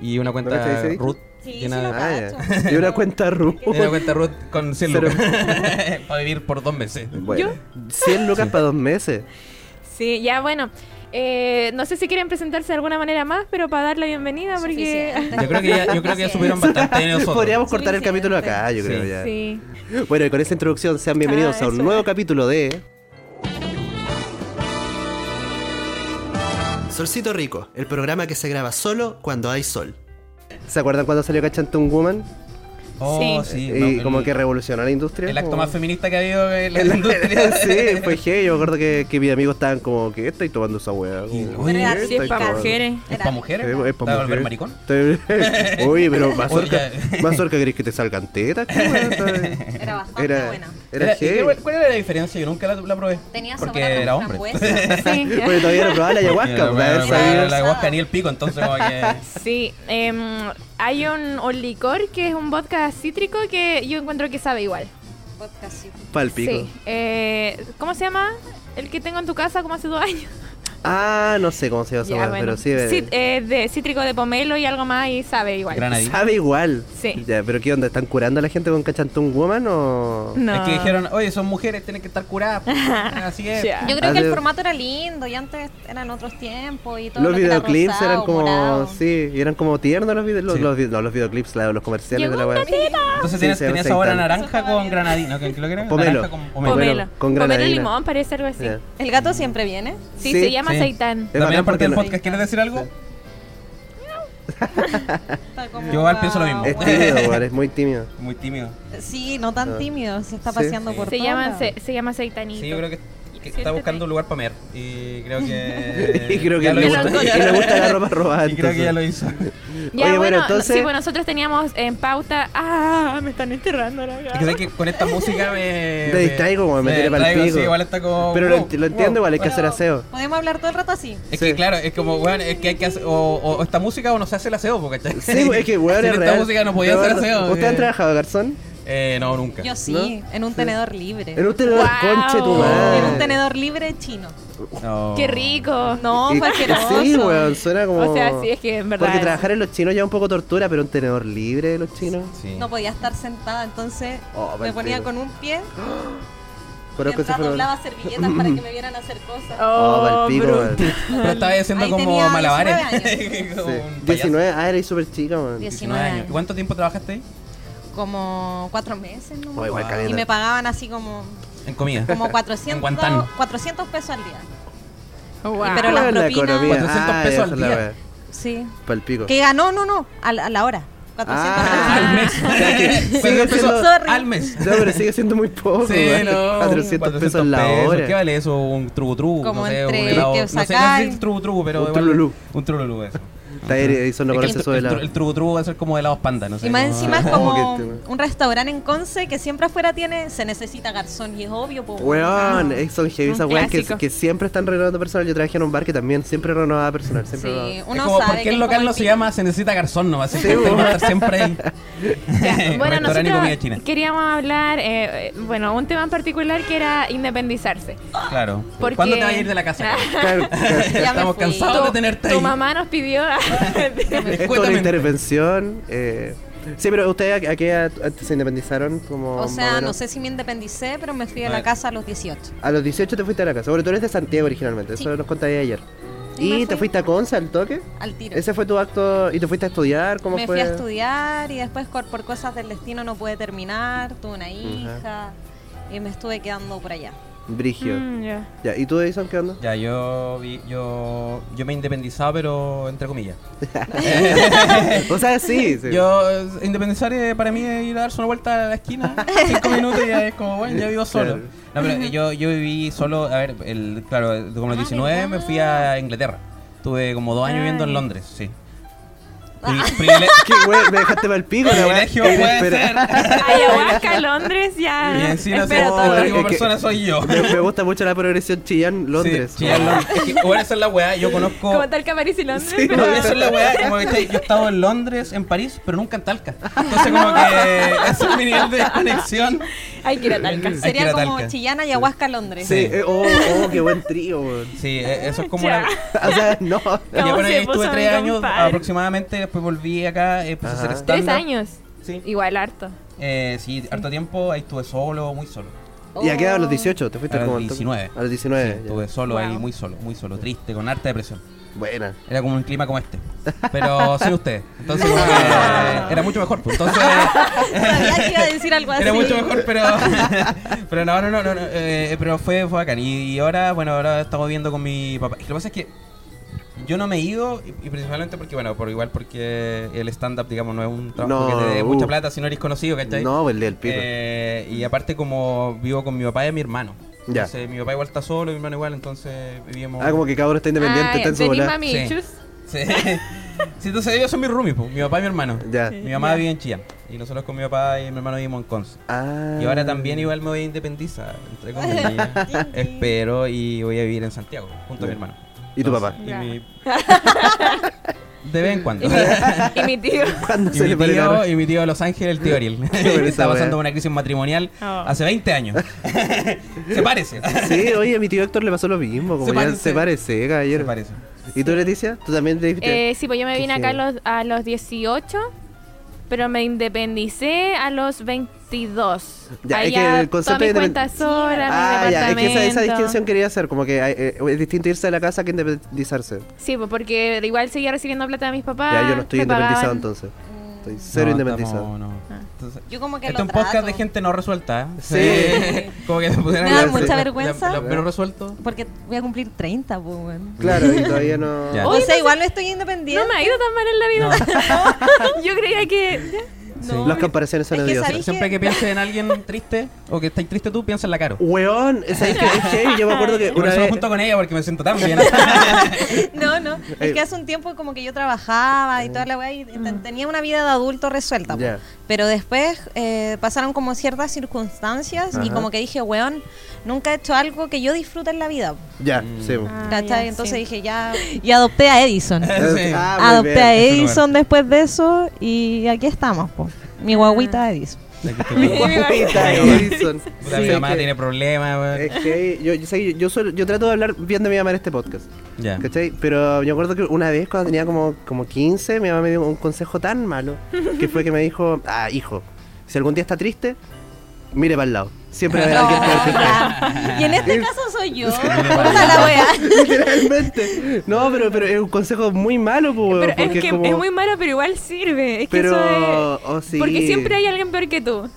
y una ¿No cuenta cachai ese disco? root Sí, llena sí lo Ah, ya. Y una cuenta RU. Tiene una cuenta Ruth con 100 Cero. lucas. para vivir por dos meses. Bueno, 100 lucas para dos meses. Sí, ya bueno. Eh, no sé si quieren presentarse de alguna manera más, pero para dar la bienvenida, porque. Suficiente. Yo creo que ya, yo creo que ya supieron bastante de nosotros. Podríamos cortar el Suficiente. capítulo acá, yo creo Sí. ya. Sí. Bueno, y con esta introducción sean bienvenidos Ah, a un eso. nuevo capítulo de... Solcito Rico, el programa que se graba solo cuando hay sol. ¿Se acuerdan cuando salió Cachantung Woman? Oh, Sí. sí. y no, el- como que revolucionó la industria. El acto como- más feminista que ha habido en la El- industria. sí, fue heavy. Yo me acuerdo que, que mis amigos estaban como, ¿qué estáis tomando esa weá? Y- Como, Oye, "¿Qué era así, estáis es pa' tomando?" mujeres. ¿Es para mujeres? Eh, es ¿Te vas pa' a volver mujeres. maricón? Estoy- Oye, pero mazorca, Oye. mazorca, ¿querés que te salgan tetas? ¿Qué weá? Era bastante Era, buena. era heavy. ¿y qué- ¿Cuál era la diferencia? Yo nunca la, la probé. Tenía Porque sobrado era una hombre. frambuesa. Sí. Porque todavía no probaba la ayahuasca. Porque pues, a ver, la- sabía- la- La ayahuasca ni el pico, entonces como que... Sí, em, hay un, un licor que es un vodka cítrico que yo encuentro que sabe igual. Vodka, sí. Pal pico. Sí. Eh, ¿Cómo se llama? El que tengo en tu casa como hace dos años. Ah, no sé cómo se llama esa Ya, weá, bueno. pero sí. eh, Cít- eh, de cítrico de pomelo y algo más y sabe igual. Granadí. Sabe igual. Sí. Ya, pero ¿qué onda? ¿Están curando a la gente con Cachantung Woman o.? No. Es que dijeron, oye, son mujeres, tienen que estar curadas. Así es. Ya. Yo creo que Hace- el formato era lindo y antes eran otros tiempos y todo. Los lo que era videoclips rosado, eran como. morado. Sí, eran como tiernos los videoclips. Sí. Los, vi- no, los videoclips, la- los comerciales Llegó de la una web. Entonces Sí, tenías, se llama tenías sabor a seitán. naranja con granadina. ¿no? ¿Qué- qué lo que era? Pomelo. Naranja con pomelo. Pomelo. con granadina. Pomelo limón, parece algo así. Ya. El gato siempre viene. Sí, Sí, se llama sí. seitán. Es La primera bacán parte del porque no- podcast, ¿quieres decir algo? Está como Yo igual pienso lo mismo. guau, Es guau. tímido, weón, es muy tímido. Muy tímido. Sí, no tan tímido, se está Sí. paseando Sí. por Se todos llaman, lados. se, se llama aceitanito. Sí, yo creo que, que está Siéntete. buscando un lugar para mear. Y creo que. y creo que ya le lo gusta, hizo. y le gusta la ropa robada. Y creo que ya entonces. lo Ya, hizo. Oye, bueno, bueno, no- entonces- sí, bueno, nosotros teníamos en pauta. Ah, me están enterrando la Es que sé que con esta música me. Te distraigo, como me tiene pa'l distraigo, pico. Sí, igual está como. Pero lo, wow, enti- lo entiendo, wow. igual hay que hacer aseo. Podemos hablar todo el rato así. Es Sí. que claro, es como, weón, es que hay que hacer. O, o esta música o no se hace el aseo, porque Sí, güey, es que weón, Sin es esta real. música no podía Pero, hacer aseo. ¿Ustedes eh. han trabajado, garzón? Eh, no, nunca. Yo sí, ¿No? en un tenedor libre. En un tenedor, Wow. conche tu En un madre. tenedor libre chino. No. Qué rico. No, Y- fue asqueroso. Sí, weón, suena como. O sea, sí, es que en verdad. Porque trabajar en los chinos ya es un poco tortura, pero un tenedor libre de los chinos. Sí. No podía estar sentada, entonces Oh, me vale, ponía pero- con un pie Conozco ese mientras programa. doblaba servilletas para que me vieran hacer cosas. Oh, Oh, pa'l pico, brutal. weón. Pero estaba haciendo Ahí como tenía malabares. 19 Como Sí. un payaso. 19, ah, eres súper chica, weón. 19 19 años. años. ¿Cuánto tiempo trabajaste ahí? Como cuatro meses, ¿no? Oh, igual Wow. caleta. Y me pagaban así como, En comida. como En 400, Guantán. 400 pesos al día. Wow. Pero las Weón, propinas- 400 Ah, pesos esa al es la día. weá. Sí. Pa'l pico. Que ganó, no, no, a la, a la hora. 400 Ah. pesos. Al mes. sigue 400 pesos siendo- al mes. No, pero sigue siendo muy poco, Sí, weón. no. 400 pesos la hora. ¿Qué vale eso? Un truco truco. Como no sé, un entre helado. que No sé, no sé si sacáis. es truco truco, pero. Un igual- trululú. Un trululú, eso. Está ahí, Edison no Es que conoce el- eso de el, la. tru- el truco truco va a ser como helados panda, no sé. y más como- encima es ¿Cómo como que este, un restaurante en Conce que siempre afuera tiene, se necesita garzón y es obvio, po, Ah. Weón, eh, son heavy Un esas weas que, clásico. que siempre están renovando personal. Yo trabajé en un bar que también siempre renovaba personal. Siempre Sí, renovaba. Es uno como, sabe ¿por qué que el es local como no el se pico. llama Se necesita garzón nomás? Así que tengo que estar siempre ahí. bueno, Restaurante y comida nosotros china. queríamos hablar, eh, eh, bueno, un tema en particular que era independizarse. Ah, Claro. Porque- ¿Cuándo te vas a ir de la casa? Claro, claro. me Estamos fui. cansados de tenerte ahí. Tu mamá nos pidió. Esto es una Cuéntame. intervención. eh, Sí, pero ustedes a, a qué edad se independizaron? Como O más sea, no menos? sé si me independicé, pero me fui de A la ver. casa a los 18. A los 18 te fuiste a la casa. Bueno, tú eres de Santiago originalmente, Sí. eso nos contaste ayer. Sí, ¿Y me te fui. fuiste a Conce al toque? Al tiro. ¿Ese fue tu acto? ¿Y te fuiste a estudiar? ¿Cómo me fue? fui a estudiar y después cor- por, cosas del destino no pude terminar, tuve una hija y me estuve quedando por allá. Brigio. Mm, ya. Ya, ¿y tú, Edison, qué onda? Ya, yo, vi- yo, yo me he independizado, pero entre comillas. o sea, sí. sí. Yo, eh, independizar eh, para mí es ir a darse una vuelta a la esquina, cinco minutos y ya es como, bueno, ya vivo solo. Claro. No, pero yo, yo viví solo, a ver, el, claro, el- como los 19 me fui a Inglaterra. Tuve como dos años viviendo en Ay. Londres, sí. Pri- privile- ¿Qué, güey? Me dejaste mal pico, la weá. privilegio puede eh, Espera. ser. Ayahuasca, Londres, ya. Y encima si Espera, no, la es última que- persona soy yo. Me, me gusta mucho la progresión Chillán-Londres. Sí, sí, en Londres. Es que, bueno, esa es la weá, yo conozco... como tal París y Londres. Sí, No, pero- esa es la weá, como que ¿cachai? yo he estado en Londres, en París, pero nunca en Talca. Entonces como que ese es mi nivel de desconexión. Hay que ir a Talca. Es que Sería era como Talca. Chillana y Ahuasca Londres. Sí, eh, oh, oh, qué buen trío, weón. Sí, e- eso es como Ya. la... O sea, no. Ya, ¿Cómo bueno, se ahí estuve puso tres mi años compadre? aproximadamente, después volví acá, eh, empecé a hacer Ajá. stand Tres años. Sí. Igual harto. Eh, sí, harto tiempo, ahí estuve solo, muy solo. ¿Y a qué edad? ¿A los 18? ¿Te fuiste A los como al toque? 19. A los 19. Sí, Eh, ya. estuve solo Wow. ahí, muy solo, muy solo, triste, con harta depresión. Buena. Era como un clima como este. Pero sin usted. Entonces, como que, eh, era mucho mejor. pues. Entonces, Sabía que iba a decir algo así. Era mucho mejor, pero. pero no, no, no, no. no, eh, pero fue, fue bacán. Y, y ahora, bueno, ahora estamos viendo con mi papá. Es que Lo que pasa es que yo no me he ido, y, y principalmente porque, bueno, por igual porque el stand-up, digamos, no es un trabajo No, que te dé uh. mucha plata si no eres conocido, ¿cachai? No, pues el del pico. Eh, y aparte, como vivo con mi papá y mi hermano. Ya. Entonces, mi papá igual está solo, mi hermano igual, entonces vivíamos. ah, como que cada uno está independiente, Ay, está en su vení, bola. mami, Sí. chus. Sí. Sí, entonces ellos son mis roomies, pues, mi papá y mi hermano. Ya. Mi mamá vive en Chillán. Y nosotros con mi papá y mi hermano vivimos en Conce. Ah. Y ahora también igual me voy a independizar, entre comillas. Espero y voy a vivir en Santiago, junto a mi hermano. ¿Y tu Entonces, papá? Ya. mi- De vez en cuando. Y mi, y mi tío. ¿Cuándo Y se mi, le pone la tío, hora? y mi tío de Los Ángeles, el tío Ariel, buena que esa está pasando wea. una crisis matrimonial Oh. hace 20 años. se parece. Sí, oye, a mi tío Héctor le pasó lo mismo. Como Se ya parece. se parece, Se ayer. parece. ¿Y tú, Leticia? ¿Tú también te dijiste? Eh, sí, pues yo me Qué vine acá a heavy. los, a los 18, pero me independicé a los 22. Ya, es Ahí que el concepto toda de mi cuenta independ- sola, Ah, mi ya, es que esa, esa departamento. distinción quería hacer, como que eh, eh, es distinto irse de la casa que independizarse. Sí, pues porque igual seguía recibiendo plata de mis papás. Ya, yo no estoy me independizado pagaban- entonces. Estoy cero No, independizado. estamos- no. Ah. Entonces, Mm, Yo como que este es lo un podcast trato, de gente no resuelta. ¿eh? Sí. como que se pusieron Me da a- mucha la- la- vergüenza. la- pero resuelto. Porque voy a cumplir 30, pues, weón. Claro, y todavía no. Ya. O Oye, sea, igual no estoy independiente. No me ha ido tan mal en la No. vida. Yo creía que. Sí. Las comparaciones son Es que odiosas. sabéis- Siempre que pienses en alguien triste o que estáis triste tú, piensa en la cara. Weón, ¿sabes qué? Es heavy. Yo me acuerdo que Por una eso me vez. junto con ella porque me siento tan bien. No, no. Eh, Es que hace un tiempo como que yo trabajaba y toda la weá y te- tenía una vida de adulto resuelta. po. Ya. Pero después eh, pasaron como ciertas circunstancias y Ajá. como que dije, weón, nunca he hecho algo que yo disfrute en la vida. po". Ya, Mm. sí. ¿Cachai? Entonces dije, ya. Ah, Y adopté a Edison. Sí. Ah, muy adopté bien. a Es un Edison después de eso y aquí estamos, po. Mi guaguita Edison. Guapita, Edison. Puta, Sí, mi es mamá que- tiene problemas, weón. es que yo, yo, sé que yo, yo suelo- yo trato de hablar bien de mi mamá en este podcast. Ya. ¿Cachai? Pero yo acuerdo que una vez cuando tenía como, como 15, mi mamá me dio un consejo tan malo que fue que me dijo, ah, hijo, si algún día está triste, mire para el lado. Siempre va a haber alguien que esté triste. y en este caso soy yo. Puta la weá. Literalmente. No, pero, pero es un consejo muy malo, po, weón, Pero es porque que como- es muy malo, pero igual sirve. Es que Pero, eso es. oh, sí. Porque siempre hay alguien peor que tú.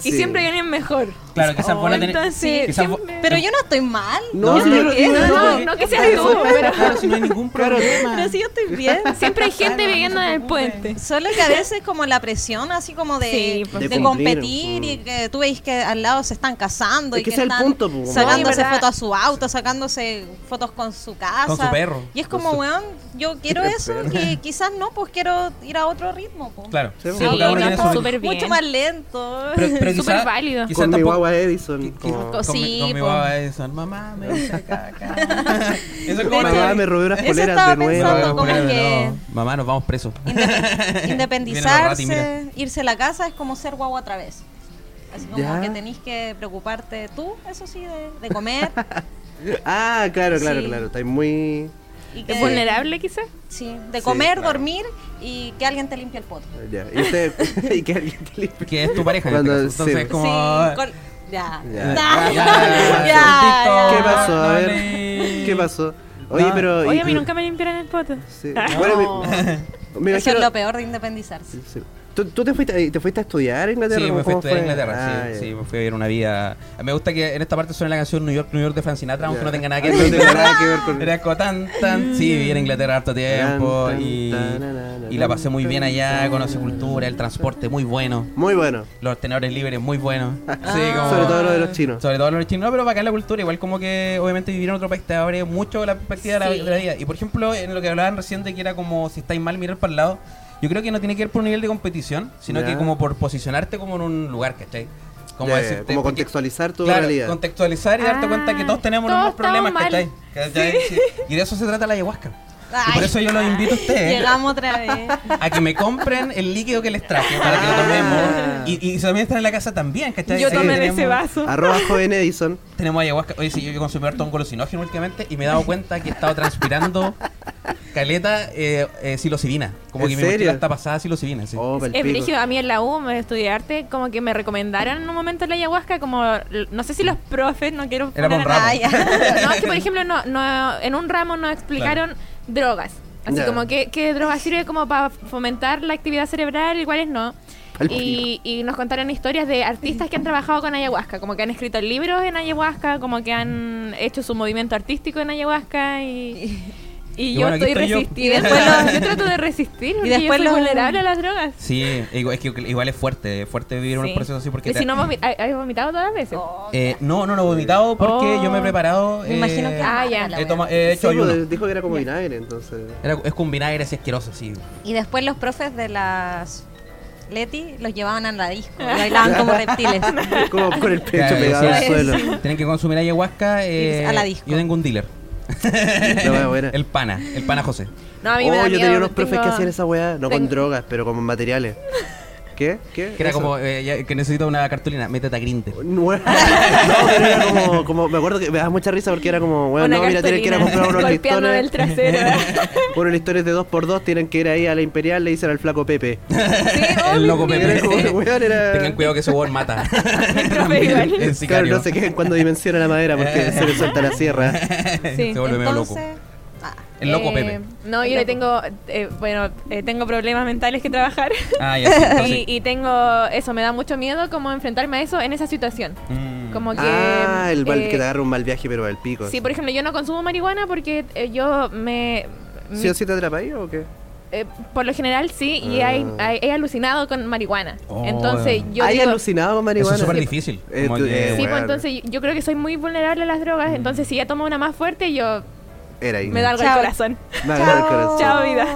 Sí. Y siempre hay alguien mejor. Oh, Claro, quizás Oh, vos la tenés- Entonces, quizás vos- siempre- Pero yo no estoy mal. No, No, si yo no no, digo no, nada, pues, no, po. no que seas tú, pero Claro, si no hay ningún problema. Ah. Pero si yo estoy bien. siempre hay gente viviendo en el puente. Solo que a veces como la presión así como de, Sí, pues de sí. competir Mm. y que tú veis que al lado se están casando Es y que que, ese es el están punto, pues, como- sacándose No, ¿verdad? fotos a su auto, sacándose fotos con su casa. Con su perro. Y es como, Con su- weón, yo quiero Qué eso perro. y quizás no, pues quiero ir a otro ritmo. Pues. Claro. Sí, Sí, pero porque cada uno no, tiene está su- súper bien. Mucho más lento. Pero, pero Súper quizá- válido. quizá Con mi tampoco- guagua Edison. Qui- como- con mi- con mi Sí, guagua po. Edison, mamá me dice caca. Eso es como una- Mamá, me robé unas Eso poleras estaba de nuevo. pensando, No, como no, que- no. Mamá, nos vamos presos. Vienen los ratis, Independizarse, irse a la casa es como ser guagua otra vez. Así como Ya. que tenés que preocuparte tú, eso sí, de, de comer. Ah, claro, claro, Sí. claro. Estáis muy. y que- Es vulnerable, quizás. Sí, de Sí, comer, claro. dormir y que alguien te limpie el poto. Ya. Y, usted... y que alguien te limpie. Que es tu pareja. en Cuando- este caso. Entonces sí. es como. Sí, col- ya. Ya. Ya. Ya, Ya, ya, ya. ¿Qué pasó? A ver. Dale. ¿Qué pasó? Oye, Ah. pero. Oye, Oh, y- a mí nunca me limpiaron el poto. Ah. Sí. No. Bueno, me- me Eso es imagino- lo peor de independizarse. Sí. ¿Tú, tú te, fuiste, te fuiste a estudiar a Inglaterra? Sí, me fui a ¿Cómo estudiar a fue? Inglaterra, Ah, sí, ya. sí, me fui a vivir una vida... Me gusta que en esta parte suene la canción New York, New York de Frank Sinatra, aunque Ya. no tenga nada que No ver. tenga nada que ver con- Era como tan, tan... Sí, viví en Inglaterra harto tiempo Tan, tan, y, tararara, y la pasé muy bien allá, tan, conocí tararara. cultura, el transporte muy bueno, Muy bueno. los tenores libres muy buenos. Sí, como- Sobre todo lo de los chinos. Sobre todo los chinos, no, pero bacán la cultura, igual como que obviamente vivir en otro país te abre mucho la perspectiva de, la, de la vida. Y por ejemplo, en lo que hablaban recién de que era como si estáis mal mirar para el lado, yo creo que no tiene que ver por un nivel de competición, sino Ya. que como por posicionarte como en un lugar, ¿cachai? Como, Ya, ya, decirte, como porque- contextualizar tu claro, realidad. contextualizar y darte Ah, cuenta que todos tenemos los todos mismos problemas, estamos ¿cachai? mal. ¿Cachai? Sí. Y de eso se trata la ayahuasca. Y por eso yo los invito a ustedes Llegamos otra vez. a que me compren el líquido que les traje para que lo Ah. tomemos. Y, y también están en la casa también, ¿cachai? Yo Ahí tomé de tenemos- ese vaso. Arroba joven Edison. tenemos ayahuasca. Oye, sí, yo, yo consumí harto un golosinógeno últimamente y me he dado cuenta que he estado transpirando caleta eh, eh, psilocibina. Como ¿En que mi serio? mochila está pasada de psilocibina, sí. Oh, Es palpico. brígido, a mí en la U, me estudié arte, como que me recomendaron en un momento la ayahuasca, como, l- no sé si los profes, no quiero Era para un a- ramo. Ah, ya. No, es que por ejemplo, no, no, en un ramo nos explicaron drogas. Así Ya. como que, que drogas sirve como para fomentar la actividad cerebral y cuáles no. Palpico. Y, y nos contaron historias de artistas que han trabajado con ayahuasca, como que han escrito libros en ayahuasca, como que han hecho su movimiento artístico en ayahuasca y, y Y yo bueno, aquí estoy estoy yo. resistida. Y después los- yo trato de resistir porque después yo soy los- vulnerable a las drogas. Sí, igual- es que igual es fuerte, es fuerte vivir Sí. un proceso así porque... Y te- si no, vomi- ¿hay- ¿has vomitado todas las veces? Oh, eh, no, no, no, vomitado porque Oh. yo me he preparado... eh, me imagino que. ah, es ya. mala la He, weá. toma- he hecho Sí, pues, ayuno. dijo que era como vinagre, entonces. Era- es con vinagre así asqueroso, sí. Y después los profes de las Leti los llevaban a la disco y bailaban como reptiles. Como con el pecho Claro, pegado al sí. suelo. Tienen que consumir ayahuasca. eh, a la disco. Yo tengo un dealer. La wea buena. El pana, el pana José. No, a mí oh, me da yo miedo, tenía unos profes tengo- que hacían esa weá, no con tengo- drogas, pero con materiales. ¿Qué? ¿Qué? Que era Eso. como, eh, ya- que necesito una cartulina, métete a Grindr. No, pero era como, como. Me acuerdo que me daba mucha risa porque era como, bueno, una no, mira, tienen que ir a cartulina comprar unos golpeándome el listones. trasero. Unos listones de 2x2, tienen que ir ahí a la Imperial, le dicen al flaco Pepe. el loco Pepe. Era como, weón, era- Tengan cuidado que ese weón mata. profe igual. El Claro, sicario. no se quejen cuando dimensiona la madera porque se le suelta la sierra. Sí. Se vuelve medio loco. Entonces, ah, El loco Eh, Pepe. No, yo El le loco. tengo, eh, bueno, eh, tengo problemas mentales que trabajar. Ah, ya, sí, entonces- Y, y tengo eso, me da mucho miedo como enfrentarme a eso en esa situación. Mm. Como que. Ah, el mal eh, que te agarra un mal viaje, pero al pico. Sí, por ejemplo, yo no consumo marihuana porque eh, yo me. ¿Sí o sí te atrapáis o qué? eh, por lo general sí, y Ah. hay- hay- he alucinado con marihuana. Oh. Entonces yo. ¿Hay digo- alucinado con Eso marihuana? es súper difícil. Eh, Como tú- que- eh, Sí, Bueno. pues entonces yo creo que soy muy vulnerable a las drogas, Mm. entonces si ya tomo una más fuerte, yo Era ahí. me da algo Chao. al corazón. Me agarra el corazón. Chao, vida.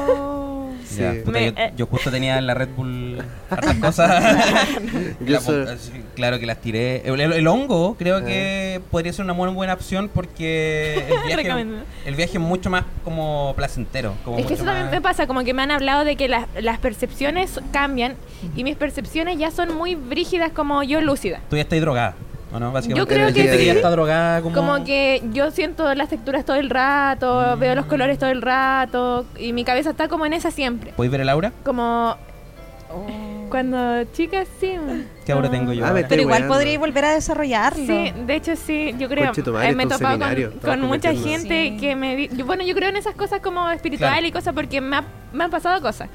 Ya, Sí. puta, Me- yo, eh. yo justo tenía en la Red Bull hartas cosas. Yo La soy- pon- sí, claro que las tiré. El, el- el hongo creo que podría ser una buena, buena opción porque el viaje, Recomendado. el viaje es mucho más como placentero. Como Es que mucho eso también más- me pasa, como que me han hablado de que las, las percepciones cambian y mis percepciones ya son muy brígidas como yo lúcida. Tú ya estás drogada, ¿o no? Básicamente. Yo creo Hay que gente sí. ya está drogada como... Como que yo siento las texturas todo el rato, Mm. veo los colores todo el rato y mi cabeza está como en esa siempre. ¿Podéis ver el aura? Como cuando chicas sí. ¿Qué aura Ah. tengo yo? A ahora? ver, Oh. Pero igual weando. podría volver a desarrollarlo. Sí, de hecho sí, yo creo. Conche tu madre, Eh, me he esto es un topado seminario, con, estamos con mucha convirtiéndonos. gente Sí. que me... di- yo- bueno, yo creo en esas cosas como espiritual Claro. y cosas porque me, ha- me han pasado cosas.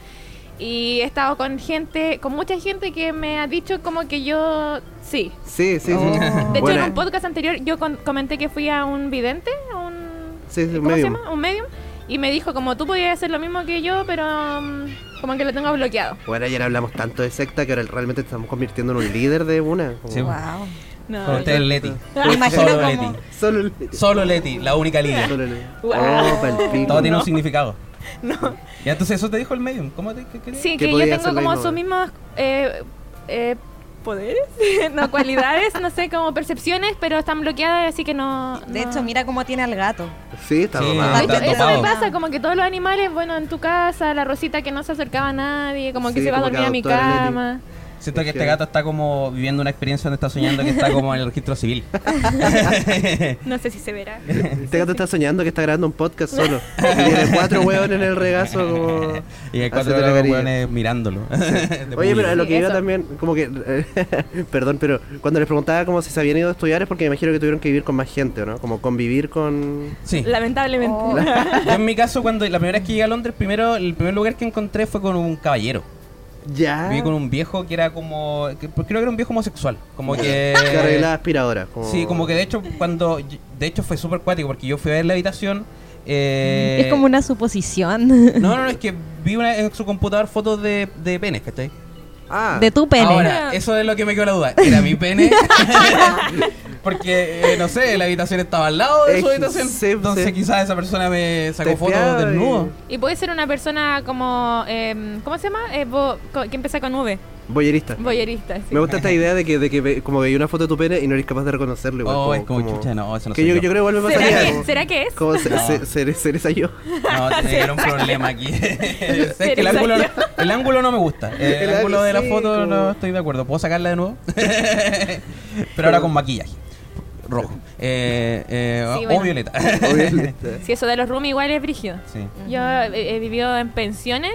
Y he estado con gente, con mucha gente que me ha dicho como que yo... Sí. Sí, sí, sí. Oh. De De hecho, en Buena. un podcast anterior yo con- comenté que fui a un vidente, a un... Sí, sí, ¿Cómo medium. se llama? Un medium. Y me dijo como tú podías hacer lo mismo que yo, pero mm, como que lo tengo bloqueado. Bueno, ayer hablamos tanto de secta que ahora realmente estamos convirtiendo en un líder de una. como- Sí. Wow. No, Con usted el Ah, Leti. Me imagino Solo como- Leti. Solo el Solo Leti, la única líder. Solo el- Wow. Oh, pa'l pico. Todo tiene un significado. No. Y entonces eso te dijo el medium. ¿Cómo te qué- qué- Sí, Que que yo podía tengo ser la como misma sus vez. mismos eh, eh, poderes, no cualidades, no sé, como percepciones, pero están bloqueadas, así que no. De no. hecho, mira cómo tiene al gato. Sí, está Sí, mamado. De hecho, está eso me dopado. pasa, como que todos los animales, bueno, en tu casa, la rosita que no se acercaba a nadie, como que Sí, se va a como que dormir a mi adoptó a la Lili. cama. Siento que Es este que- gato está como viviendo una experiencia donde está soñando que está como en el registro civil. No sé si se verá. Este gato está soñando que está grabando un podcast solo. Y tiene cuatro hueones en el regazo como... y hay cuatro haciéndole de los carilla. hueones mirándolo. De Oye, pero público. a lo que Sí, iba eso. también, como que... perdón, pero cuando les preguntaba como si se habían ido a estudiar es porque me imagino que tuvieron que vivir con más gente, ¿o ¿no? Como convivir con... Sí. Lamentablemente. Oh. Yo en mi caso, cuando la primera vez que llegué a Londres, primero el primer lugar que encontré fue con un caballero. Ya. Viví con un viejo que era como... que- pues creo que era un viejo homosexual. Como que... Que arreglaba aspiradoras. Como... Sí, como que de hecho cuando... De hecho fue súper cuático porque yo fui a ver la habitación... eh, Es como una suposición No, no, no, es que vi una- en su computador fotos de, de penes, ¿cachai? Ah, de tu pene. Ahora, eso es lo que me quedó la duda. ¿Era mi pene? Porque, eh, no sé, la habitación estaba al lado de Es su que habitación. sí, entonces sí. quizás esa persona me sacó fotos Tepeado y- desnudo. Y puede ser una persona como. eh, ¿Cómo se llama? Eh, vo- co- que empieza con V. Boyerista. Boyerista. sí. Me gusta esta idea de que, de que ve- como veía una foto de tu pene y no eres capaz de reconocerlo. Igual, Oh, es como, chucha, no, eso no que soy yo, yo. yo creo igual me ¿Será pasaría. que, como- ¿Será que es? Como se, No. se, se- se- se- yo. No, tenía un problema aquí. Es que el, Serio, ángulo, salió. el ángulo no me gusta. Eh, El, El ángulo de la sí, foto como- no estoy de acuerdo. ¿Puedo sacarla de nuevo? Pero ahora con maquillaje. Rojo. Eh, eh, Sí, o bueno. violeta. Obviamente. Si eso de los roomies igual es brígido. Sí. Yo he, he vivido en pensiones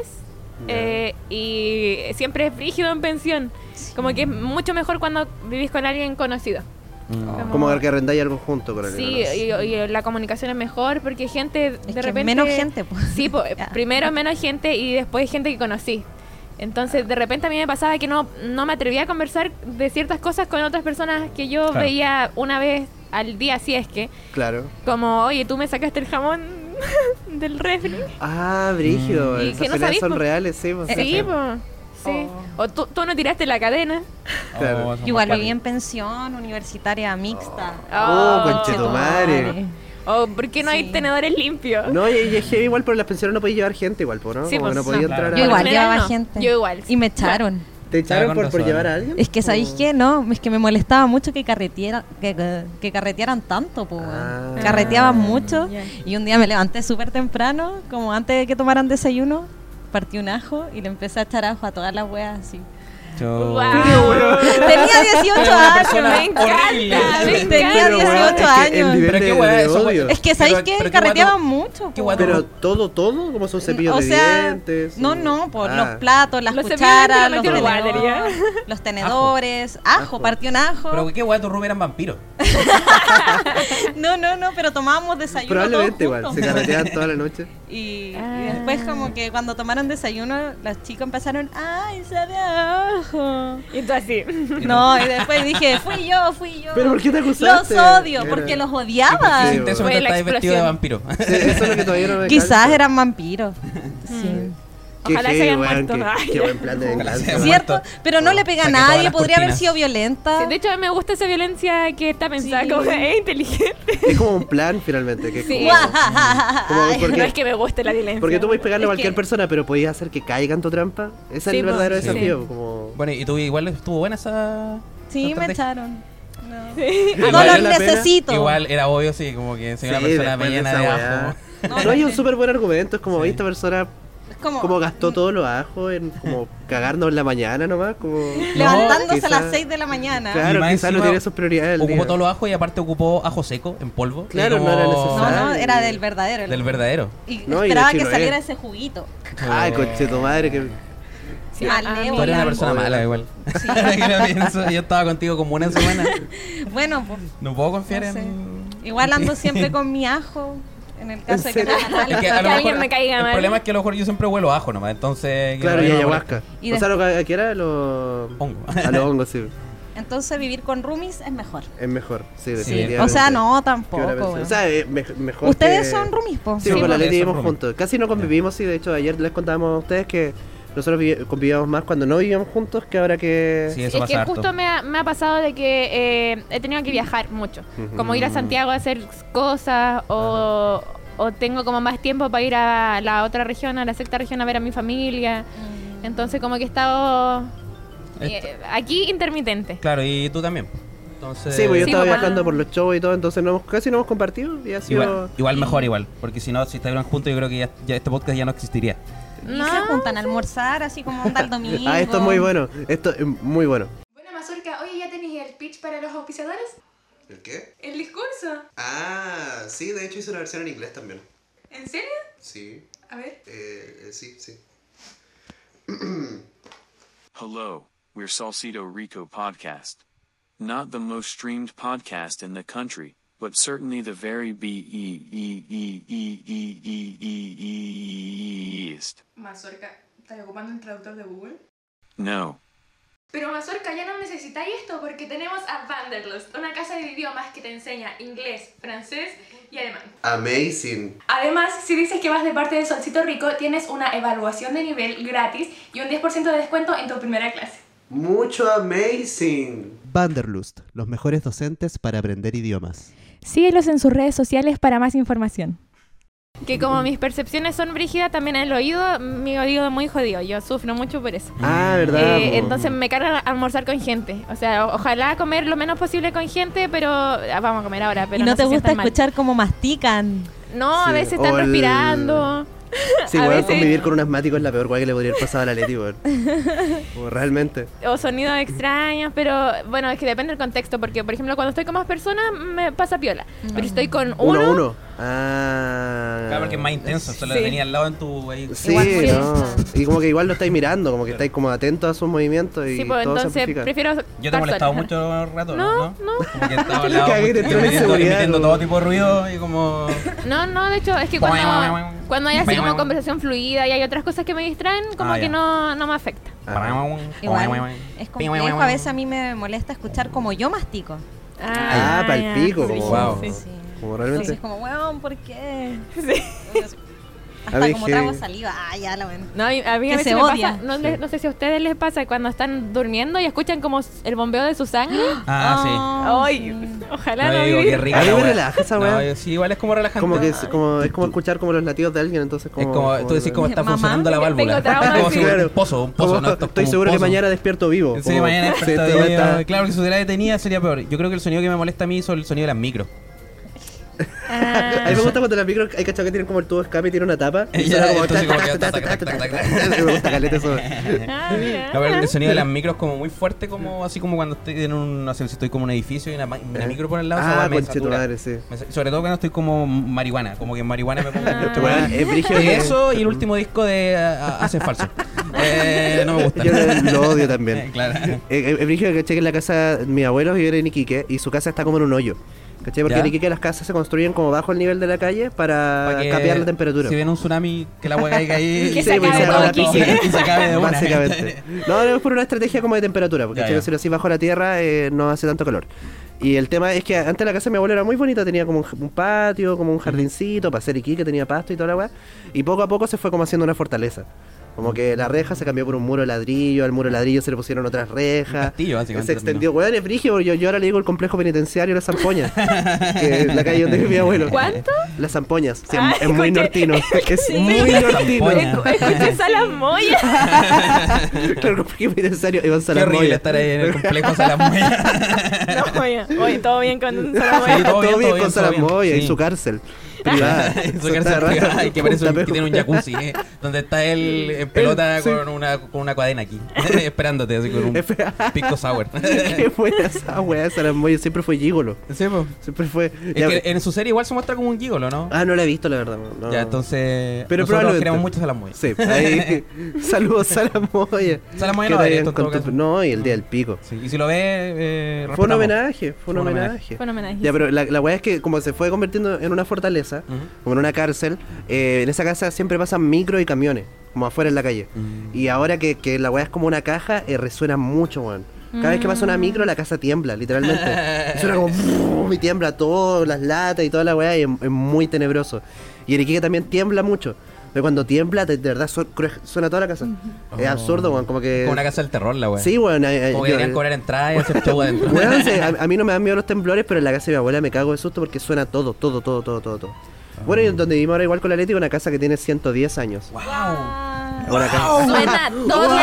Ya. eh, y siempre es frígido en pensión. Como que es mucho mejor cuando vivís con alguien conocido. Mm. Como que arrendáis algo junto con el Sí, y, y la comunicación es mejor porque gente Es de que repente... menos gente, pues. Sí, po- eh, Ya. primero menos gente y después gente que conocí. Entonces, de repente a mí me pasaba que no, no me atrevía a conversar de ciertas cosas con otras personas que yo Claro. veía una vez al día, si es que. Claro. Como, oye, tú me sacaste el jamón del refri. Ah, brígido. Mm. Y Esas que no peleas sabís, son po. reales, sí. po. Sí, po. Sí. O tú, tú no tiraste la cadena. Claro. Oh, son Yo Igual más viví en pensión universitaria mixta. Oh, Oh. conchetumare. Chetumare. O por qué no hay Sí. tenedores limpios. No, y, y es heavy igual, pero en las pensiones no podéis llevar gente igual, po, ¿no? Sí, po, como que no sí. podía Claro. entrar Yo a... igual No, llevaba no, gente. yo igual, sí. Y me echaron. ¿Te echaron Con por, por razón. llevar a alguien? Es que sabéis O- qué, no, es que me molestaba mucho que carretiera, que, que- que carretearan tanto, pues. Ah. Carreteaban mucho Ya. y un día me levanté súper temprano, como antes de que tomaran desayuno, partí un ajo y le empecé a echar ajo a todas las weas así. Chau. Tenía 18 Una años. persona me encanta. horrible. me Tenía encanta. 18 weón, es que el años. nivel Pero qué de- weá, de eso, odio. Es que sabéis Pero- que pero qué carreteaban guato- mucho. qué po. guato- Pero todo, todo, como son cepillos o de sea, dientes. No, un- no, por Ah. los platos, las Los cepillos de cucharas, los, dientes lo metió en la tenedores, los tenedores, ajo, Ajo. partió un ajo. Pero qué guay, tu Rubén eran vampiros. No, no, no, pero tomábamos desayuno. Probablemente todos igual, se juntos. carretean toda la noche. Y, y Ah. después como que cuando tomaron desayuno, las chicas empezaron, ¡ay, sabe a ajo! Y tú así. No, y después dije, fui yo, fui yo. ¿Pero por qué te Los acusaste? odio, Era- pues porque los ¿Y por qué odiaba. hiciste eso Fue mientras la estabas vestido de explosión. vampiro? Sí, eso es lo que todavía no me Quizás calza. eran vampiros. Mm. Sí. Qué Ojalá se heavy, hayan weón, muerto, qué- ¿no? Qué buen plan de Ojalá se venganza. hayan ¿Cierto? muerto. Pero no le pega a Saqué todas nadie, las podría haber cortinas. sido violenta. Sí, de hecho, me gusta esa violencia que está pensada Sí. como es inteligente. Es como un plan finalmente. Que es Sí. como- Guau. como- porque, No es que me guste la violencia. porque tú puedes pegarle a Es que- cualquier persona, pero podías hacer que caiga en tu trampa. Ese es Sí, el pues, verdadero sí. desafío. Como... Bueno, y tú igual estuvo buena esa. Sí, esa me estrategia? echaron. No, Igual- No los valió la pena. necesito. Igual era obvio, sí, como que si una Sí, persona después me de llena esa de weá. ajo. No, No, hay un sí. súper buen argumento. Es como, oye, esta persona Es como, como gastó todos los ajos en como cagarnos en la mañana nomás. Como... levantándose a las quizá- 6 de la mañana. Y Claro, más quizás no encima, tiene sus prioridades. del Ocupó día. todos los ajos y aparte ocupó ajo seco en polvo. que Claro, no como era No, necesario. no, Ay. era del verdadero. Del verdadero. Y No, y de esperaba que Chiloé. saliera ese juguito. Ay, conche tu madre. Que... Sí, Ah, a- a mí- Tú eres una persona Hola. mala igual. Que lo pienso, Yo estaba contigo como una semana. Bueno, pues, No puedo confiar No sé. en. igual ando siempre con mi ajo. En el caso de que serio? me hagan Es algo. que a lo Que mejor- alguien me caiga el mal. problema es que a lo mejor yo siempre huelo a ajo nomás, entonces... que Claro, no y me ayahuasca. Y O sea, lo que aquí era lo... Hongo. A los hongos, sí. Entonces vivir con roomies es mejor. Es mejor, sí, O definitivamente. sea, no, Qué buena tampoco. versión. weón. O sea, eh, me- mejor Ustedes que- son roomies, po. Sí, Sí, con la pues. porque ley vivimos son juntos. Casi no convivimos y de hecho ayer les contábamos a ustedes que nosotros vivi- convivíamos más cuando no vivíamos juntos que ahora que... Sí, Es eso pasa que harto. justo me ha, me ha pasado de que eh, he tenido que viajar mucho. Ujú. Como ir a Santiago a hacer cosas o, o tengo como más tiempo para ir a la otra región, a la sexta región a ver a mi familia. Entonces como que he estado eh, aquí intermitente. Este, Claro, y tú también. Entonces... Sí, pues yo Sí, estaba pues, viajando bueno. por los shows y todo, entonces no hemos- casi no hemos compartido y ha sido... Igual, igual mejor igual, porque si no, si estuvieran juntos yo creo que ya, ya este podcast ya no existiría. Eh, Y se juntan a almorzar así como onda el domingo. Ah, esto es muy bueno, esto es muy bueno. Bueno, Mazurka, oye, ¿ya tenéis el pitch para los auspiciadores? ¿El qué? ¿El discurso? Ah, sí, de hecho hice una versión en inglés también. ¿En serio? Sí, A ver. Eh, sí, sí. Hello, we're Salcedo Rico Podcast. Not the most streamed podcast in the country, but certainly the very beast. Mazurka, ¿estás ocupando el traductor de Google? No. Pero Mazurka, ya no necesitáis esto porque tenemos a Vanderlust, una casa de idiomas que te enseña inglés, francés y alemán. Amazing. Además, si dices que vas de parte de Solcito Rico, tienes una evaluación de nivel gratis y un 10% de descuento en tu primera clase. Mucho amazing. Vanderlust, los mejores docentes para aprender idiomas. Síguelos en sus redes sociales para más información. Que como mis percepciones son brígidas, también el oído, mi oído es muy jodido. Yo sufro mucho por eso. Ah, verdad. Eh, po. entonces me carga almorzar con gente. O sea, o- ojalá comer lo menos posible con gente, pero ah, vamos a comer ahora. Pero y no, se te gusta sientan mal. escuchar cómo mastican. No, Sí, a veces o están el- respirando. Sí, a weón, veces- convivir con un asmático es la peor weá que le podría haber pasado a la Leti, weón. Como Realmente. o sonidos extraños, pero bueno, es que depende del contexto, porque por ejemplo cuando estoy con más personas me pasa piola, pero Mm. estoy con uno, Uno, uno. Ah. Claro, porque es más intenso, solo Sí. lo tenía al lado en tu... ahí. Sí, Igual sí. no. Y como que igual lo estáis mirando, como que estáis como atentos a sus movimientos y sí, pues todo se entonces amplifica. prefiero... Yo te estar he molestado sola. mucho rato, No, ¿no? Como que estaba al lado, Te cagué de toda la emitiendo, seguridad, emitiendo ¿no? todo tipo de ruido y como... No, no, de hecho es que cuando, cuando hay así como conversación fluida y hay otras cosas que me distraen, como Ah, que ya. no, no me afecta. Ah. Igual es complejo. A veces a mí me molesta escuchar como yo mastico. Ah, ya. palpico, como, Wow. Sí. como Entonces realmente. como, weón, ¿por qué? A Hasta ver, como que- trago saliva. Ah, ya la ven. No, a mí- a mí a Que veces se me odia. pasa- no, le- no sé si a ustedes les pasa cuando están durmiendo y escuchan como el bombeo de su sangre. Ah, sí. Oh, Ay, mm. ojalá no, yo digo, vivir. qué rica A mí la me wea. relaja esa wea. No, yo- sí, igual es como relajante. Como que es como, es como escuchar como los latidos de alguien, entonces Es como. como, tú decís cómo está Mamá, funcionando la tengo válvula. trauma, como sí. si fuera un pozo, un pozo. Como- no, esto es estoy como un seguro que pozo. mañana despierto vivo. Sí, como- mañana sí, despertado todo yo- está- Claro que si estuviera detenida sería peor. Yo creo que el sonido que me molesta a mí es el sonido de las micros. Ah, A mí me gusta cuando las micros, hay cachado que tienen como el tubo de escape y tiene una tapa. y Ya, suena como entonces tac, como que tac, tac, tac, tac, tac, tac, tac, tac, tac. Me gusta caleta eso. ah, mira. No, pero el sonido de las micros como muy fuerte, como así como cuando estoy en un, no sé, si estoy como en un edificio y una, ma- una micro por al lado, esa Ah, weá me conche tu satura. madre, sí. Me sa- Sobre todo cuando estoy como marihuana, como que en marihuana me pongo... Ah. Este weón es brígido. De eso y el último disco de ah, Hace Falso. Eh, no me gusta. Yo lo- lo odio también. Eh, claro. Eh, eh, Es brígido que caché que en la casa, mis abuelos viven en Iquique y su casa está como en un hoyo. ¿Cachai? Porque ¿Ya? en Iquique las casas se construyen como bajo el nivel de la calle para Para que capear la temperatura. Si viene un tsunami, que la hueá caiga ahí. Que se acabe pues, todo ahora aquí. todo. Que se acabe de una. Básicamente. No, no, es por una estrategia como de temperatura, porque Ya, ¿cachai? ya. si lo haces bajo la tierra eh, no hace tanto calor. Y el tema es que antes la casa de mi abuelo era muy bonita, tenía como un, j- un patio, como un jardincito para hacer Iquique, tenía pasto y toda la weá. Y poco a poco se fue como haciendo una fortaleza. Como que la reja se cambió por un muro de ladrillo, al muro de ladrillo se le pusieron otras rejas. Un castillo, básicamente, Se extendió, weón, es brígido, yo, yo ahora le digo el complejo penitenciario Las Zampoñas, que es la calle donde vive mi abuelo. ¿Cuánto? Las Zampoñas, sí, Ah, es muy escuché. nortino, es Sí. muy nortino. Zampoña. Escuché Salamoya. Claro, porque es necesario Iván Qué Salamoya. horrible estar ahí en el complejo Salamoya. Salamoya. Oye, todo bien con Sí, Salamoya. todo, bien, todo con bien, todo bien. Salamoya y Sí. su cárcel. Privada. Su Eso está cárcel raro. privada, que parece un- Puta, que pero- tiene un jacuzzi, eh, donde está él en pelota sí. con, una, con una cadena aquí, esperándote, así con un pico sour. Qué buena esa weá, Salamoya. Siempre fue gigolo. Sí, po. Siempre fue. Es Ya, que en su serie igual se muestra como un gigolo, ¿no? Ah, no la he visto, la verdad. no. Ya, entonces. Pero nosotros probablemente. queremos mucho Salamoya. Sí, ahí. Saludos, Salamoya. Salamoya Que no debería esto en te hayan todo con tu- caso. No, y el día del pico. Sí, Y si lo ve, eh, Fue un respetamos. homenaje, fue un Fue un homenaje. homenaje. Fue un homenaje, Ya, pero la, la weá es que como se fue convirtiendo en una fortaleza, Ujú. como en una cárcel, eh, en esa casa siempre pasan micro y camiones, como afuera en la calle. Mm. Y ahora que, que la weá es como una caja, eh, resuena mucho, weón. Cada vez que pasa una micro, la casa tiembla, literalmente. Suena como ¡vroom! y tiembla todo, las latas y toda la weá, y es, es muy tenebroso. Y el Iquique también tiembla mucho. Pero cuando tiembla, de, de verdad su- cru- suena toda la casa. Es Oh. absurdo, weón, como que... Como una casa del terror, la wea. Sí, weón. eh, eh, Como que yo- deberían cobrar entrada y hacer show adentro. Weón, se- a, a mí no me dan miedo los temblores, pero en la casa de mi abuela me cago de susto porque suena todo, todo, todo, todo, todo. todo. Bueno, y donde vivimos ahora igual con la Leti, una casa que tiene 110 años. ¡Wow! Ah, Ahora acá. Suena todo.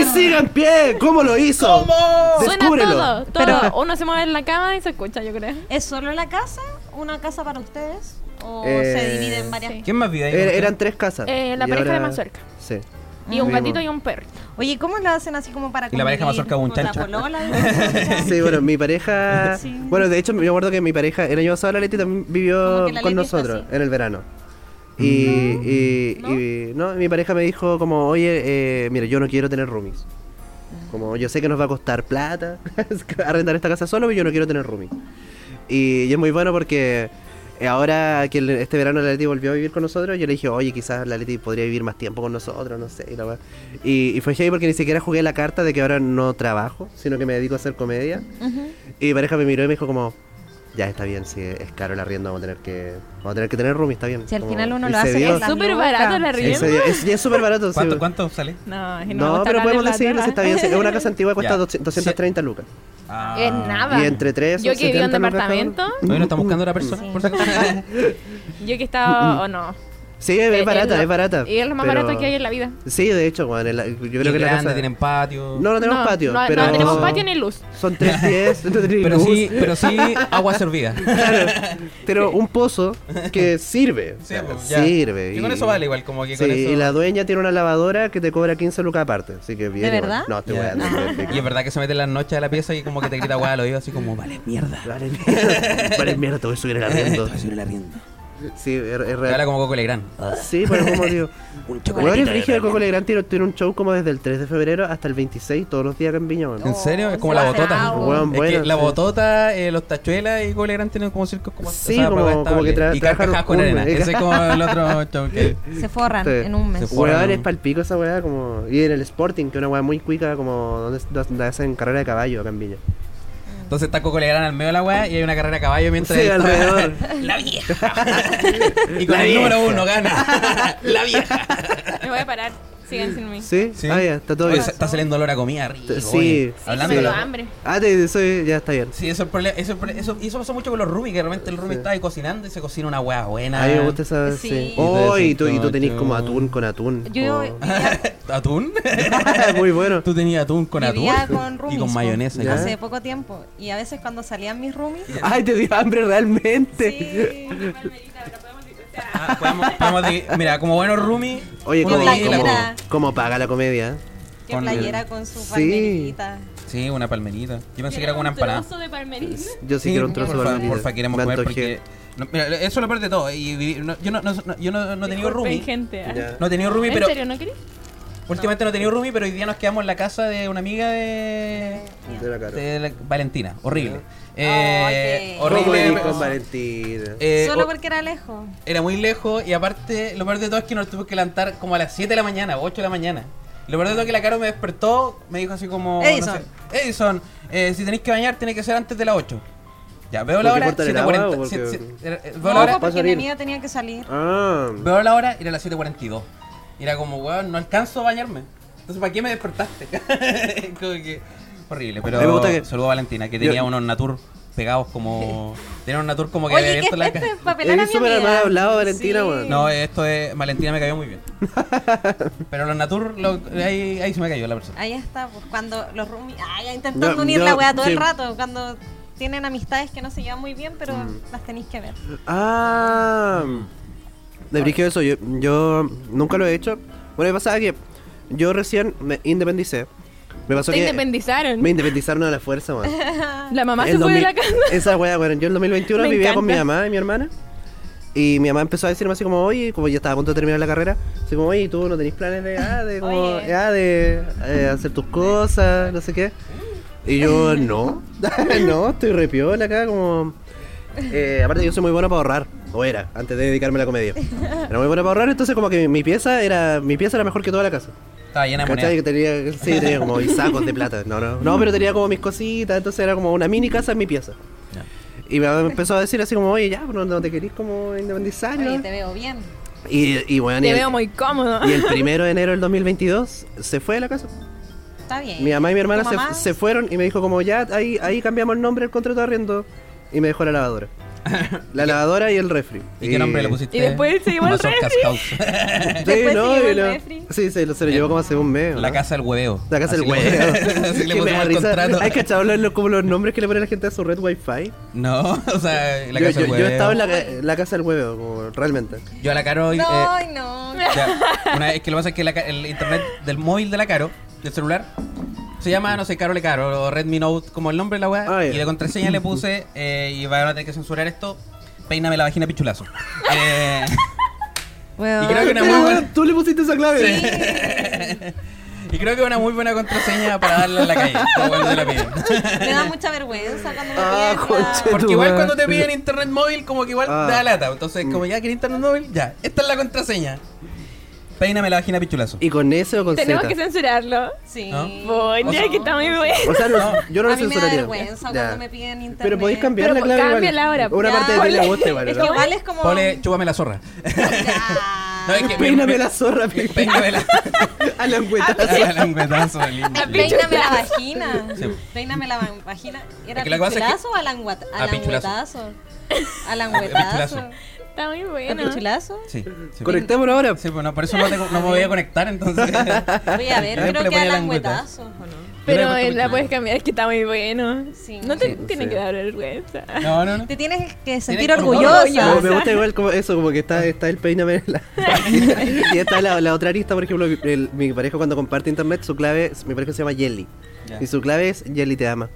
¡Y sigue en pie! ¿Cómo lo hizo? Suena Descúbrelo. todo. Pero uno se mueve en la cama y se escucha, yo creo. ¿Es solo la casa? ¿Una casa para ustedes? ¿O Eh, se divide en varias? sí. ¿Quién más vive ahí? Er- eran tres casas. Eh, la y pareja ahora- de Manzuerca. Sí. Y un Vivimos. gatito y un perro. Oye, ¿cómo lo hacen así como para Y la pareja convivir mazorca un con la chancho. polola y la Sí, bueno, mi pareja. Sí. Bueno, de hecho, me acuerdo que mi pareja, el año pasado, la Leti también vivió Como que la con Leti está nosotros así. en el verano. Y, y- ¿No? y- no, mi pareja me dijo, como, oye, eh, mira, yo no quiero tener roomies. Como yo sé que nos va a costar plata arrendar esta casa solo, pero yo no quiero tener roomies. Y, y es muy bueno porque eh, ahora que el- este verano la Leti volvió a vivir con nosotros, yo le dije, oye, quizás la Leti podría vivir más tiempo con nosotros, no sé. Y, la weá. y, y fue heavy porque ni siquiera jugué la carta de que ahora no trabajo, sino que me dedico a hacer comedia. Y mi pareja me miró y me dijo como, ya está bien, si es caro el arriendo, vamos a tener que, vamos a tener que tener roomie, está bien. Si al Como- final uno y lo se hace dio- con Es la súper loca. barato la y se rienda. dio- es, y es súper barato. sí. ¿Cuánto, ¿Cuánto sale? No, si me gusta No, pero hablar de podemos plata. decirlo, si está bien. si Es una casa antigua, cuesta Ya. 200 230 lucas. Ah. Es nada. Y entre tres Yo son que viví en un 70 lucas cada departamento, Oye, ¿no está buscando a la persona? Por si acaso. yo que estaba. o no. Sí, es, Eh, barata, lo- es barata. Y es lo más pero- barato que hay en la vida. Sí, de hecho, weón, el- yo creo Y que la grande, casa... tienen patio. No, no tenemos no, patio, no, pero... no tenemos patio ni luz. Son tres pies, no tenemos pero luz. sí, pero sí agua servida. Claro, pero un pozo que sirve. o Sí, sea, pues, ya. sirve. Y con eso vale igual, como que Sí, con eso. y la dueña tiene una lavadora que te cobra 15 lucas aparte, así que bien. ¿De igual. verdad? No, estoy Ya. weando, estoy Ah. pico. Y es verdad que se mete en las noches a la pieza y como que te grita guay al oído, así como, vale, mierda. Vale, mierda. Vale, mierda, te voy a subir el arriendo. Sí, es, es Te habla real. como Coco Legrand. Sí, por algún motivo. Un Weón, chocolate. el Frigio de Coco Legrand tiene, tiene un show como desde el 3 de febrero hasta el 26, todos los días acá en Viña, weón. ¿En serio? Es como Oh, la wow. botota. Weón, es bueno, que la sí. botota, eh, los tachuelas y Coco Legrand tienen como circos como... Sí, o sea, como- pruebas como que estables. tra- Y trabajaron carcajas con un- arena. Ese es como el otro show que... Se forran Sí. en un mes. Se Weón, Bueno. es palpico esa weá, como. Y en el Sporting, que es una weá muy cuica, como donde, donde hacen carrera de caballo acá en Viña. Entonces está Coco Legrand al medio de la weá y hay una carrera a caballo mientras... Sí, está- alrededor. la vieja. y con La el vieja. número uno gana. la vieja. Me voy a parar. Sigan sin mí. ¿Sí? Sí. Ah, ya, está todo Oye, bien. sa- está saliendo olor a comida rico. Sí. oye. Sí, Hablando de sí. Tengo lo- hambre. Ah, te, soy, ya está bien. Sí, eso es el problema. Eso, es el pro- eso, y eso pasa mucho con los roomies, que realmente el roomie Sí. está ahí cocinando y se cocina una hueá buena. A mí me gusta esa. Sí. Sí. Y te Oh, y tú, y tú desentonas, tenés yo- como atún con atún. Yo Oh. vivía- ¿Atún? Muy bueno. Tú tenías atún con atún. vivía con y pues. roomies, con po, mayonesa. Ya. Hace poco tiempo. Y a veces cuando salían mis roomies. Ay, te dio hambre realmente. Sí. Ah, podemos- podemos di- mira, como buenos roomies. Oye, Una ¿cómo, cómo, playera. cómo paga la comedia? Qué Con- playera con su Sí. palmerita. Sí, una palmerita. Yo pensé que era con una empanada. trozo de palmerín. Yo sí, quiero un trozo porfa, de palmerita. porfa, queremos Me comer porque. antojé. no, mira, eso es lo peor de todo. Y, vi- no- yo no, no, no- yo no, no he tenido Disculpen, roomie. gente. ah. Ya. No he tenido roomie, ¿En pero. serio no querés? Últimamente no he tenido roomie, pero hoy día nos quedamos en la casa de una amiga de. Te la caro. de la- Valentina. Horrible. qué- Eh, ¿Cómo horrible. eres pero- con Valentina? eh, Solo o- porque era lejos. Era muy lejos y aparte, lo peor de todo es que nos tuvimos que levantar como a las 7 de la mañana, 8 de la mañana. Lo peor de todo es que la Caro me despertó, me dijo así como... Edison. No sé, Edison, eh, si tenéis que bañar, tiene que ser antes de las 8. Ya, veo la ¿Porque hora... cortan el 7:40, agua o si- porque- si- eh, eh, No, pues, veo, la hora, fue porque Paso mi libre. amiga tenía que salir. Ah, veo la hora y era las 7.42. Y era como, weón, no alcanzo a bañarme. Entonces, ¿para qué me despertaste? como que... Horrible, pero... A mí me gusta que- Saludo a Valentina, que tenía Yo- unos natur pegados como... tenía un natur como que había Oye, que abierto la... este ca- es papelar a Eres mi súper amiga. mal hablado, Valentina, Sí. weón. No, esto es. Valentina me cayó muy bien. Pero los Natur, lo- ahí, ahí se me cayó la persona. Ahí está, pues cuando los roomies. Ay, ya intentando No, unir yo- la weá todo el sí. rato. Cuando tienen amistades que no se llevan muy bien, pero Mm. las tenéis que ver. ah. De brígido eso, yo, yo nunca lo he hecho. Bueno, me pasaba que yo recién me independicé. Me pasó Te eh, que independizaron. me independizaron a la fuerza, weón. La mamá se El fue de 2000 la casa. Esa weá, bueno, yo en el 2021 Me vivía con mi encanta. mamá y mi hermana. Y mi mamá empezó a decirme así como, oye, como yo estaba a punto de terminar la carrera, así como, oye, tú no tenés planes de, ah, de, como, Oye. ah, de eh, hacer tus cosas, no sé qué. Y yo, no, no, estoy repiola acá, como... eh, aparte yo soy muy bueno para ahorrar, o era, antes de dedicarme a la comedia. Era muy bueno para ahorrar, entonces como que mi pieza era, mi pieza era mejor que toda la casa. Estaba llena de ¿Cachai? Que monedas. tenía, sí, tenía como mis sacos de plata. No, no. No, pero tenía como mis cositas, entonces era como una mini casa en mi pieza. Ya. Y mi mamá me empezó a decir así como, oye, ya, no, no te querís como independizar. ¿no?". Oye, te veo bien. Y, y bueno, y Te el, veo muy cómodo. y el primero de enero del 2022 se fue de la casa. Está bien. Mi mamá y mi hermana Eh, ¿Tu se, mamá? se fueron y me dijo como, ya, ahí, ahí cambiamos el nombre del contrato de arriendo. Y me dejó la lavadora. La lavadora y el refri. ¿Y qué nombre le pusiste? Y después se llevó al Mazorcas House. Sí, Después se no, llevó y el lo- refri. sí, se lo, se lo llevó como hace un mes. ¿no? La casa del hueveo. La casa Así del le huevo. pusimos- Así le Que me da pusimos el risa. contrato. ¿Hay cachado los- los- como los nombres que le pone la gente a su red wifi? No, o sea, la yo, casa yo, del yo hueveo. estaba en la, ca- la casa del huevo, como, realmente. Yo a la Caro. No, eh, ay, no. Ya, Una vez que lo que pasa es que la ca- el internet del móvil de la Caro, del celular, se llama, no sé, Carole Caro o Redmi Note, como el nombre de la weá. Ah, ya. y de contraseña le puse, eh, y van a tener que censurar esto, peíname la vagina pichulazo. Eh, y creo que una muy buena... Ah, Tú le pusiste esa clave. Y creo que es una muy buena contraseña para darle en la calle. como cuando te la piden. Me da mucha vergüenza cuando me Ah, piden la- conche- Porque tu igual madre. cuando te piden internet móvil, como que igual Ah. te da lata. Entonces, como ya quieres internet móvil, ya. Esta es la contraseña. Peíname la vagina pichulazo. ¿Y con ese o con Tenemos Z? que censurarlo. Sí. ¿No? Boña, que está muy bueno. O sea, no, yo no a mí me da lo censuraría. vergüenza Ya. cuando me piden internet. Pero podéis cambiar Pero la clave. igual. cámbiala ahora. Una Ya. parte de ti la guste, vale. Es ¿no? que igual es como. Ponle, chúpame la zorra. No, Ya. es que- Peíname la zorra, Peíname la... a la angüeta. Ah, la lengüetazo, lindo. Ah, Peíname la vagina. Sí. Peíname la va- vagina. ¿Era Es que lo que pasa es que- pichulazo o alangua- Ah, pichulazo. alangüetazo? Alangüetazo. pichulazo. Está muy ¿Es bueno. pichulazo? Sí, sí. Conectémonos ahora. Sí, pues no, por eso no, te- no me voy a conectar entonces. Ah. Voy a ver, Siempre creo que ponía la alangüetazo. ¿o no? Pero Yo le he puesto eh, la pichulazo. puedes cambiar, es que está muy bueno. Sí. No te Sí, tiene sí. que dar vergüenza. No, no, no. Te tienes que sentir que poner orgullosa. Como me gusta igual como eso, como que está, está el peíname la... y está la, la otra arista, por ejemplo, mi, el- mi pareja cuando comparte internet, su clave, mi pareja se llama Jelly. Ya. Y su clave es Jelly te ama.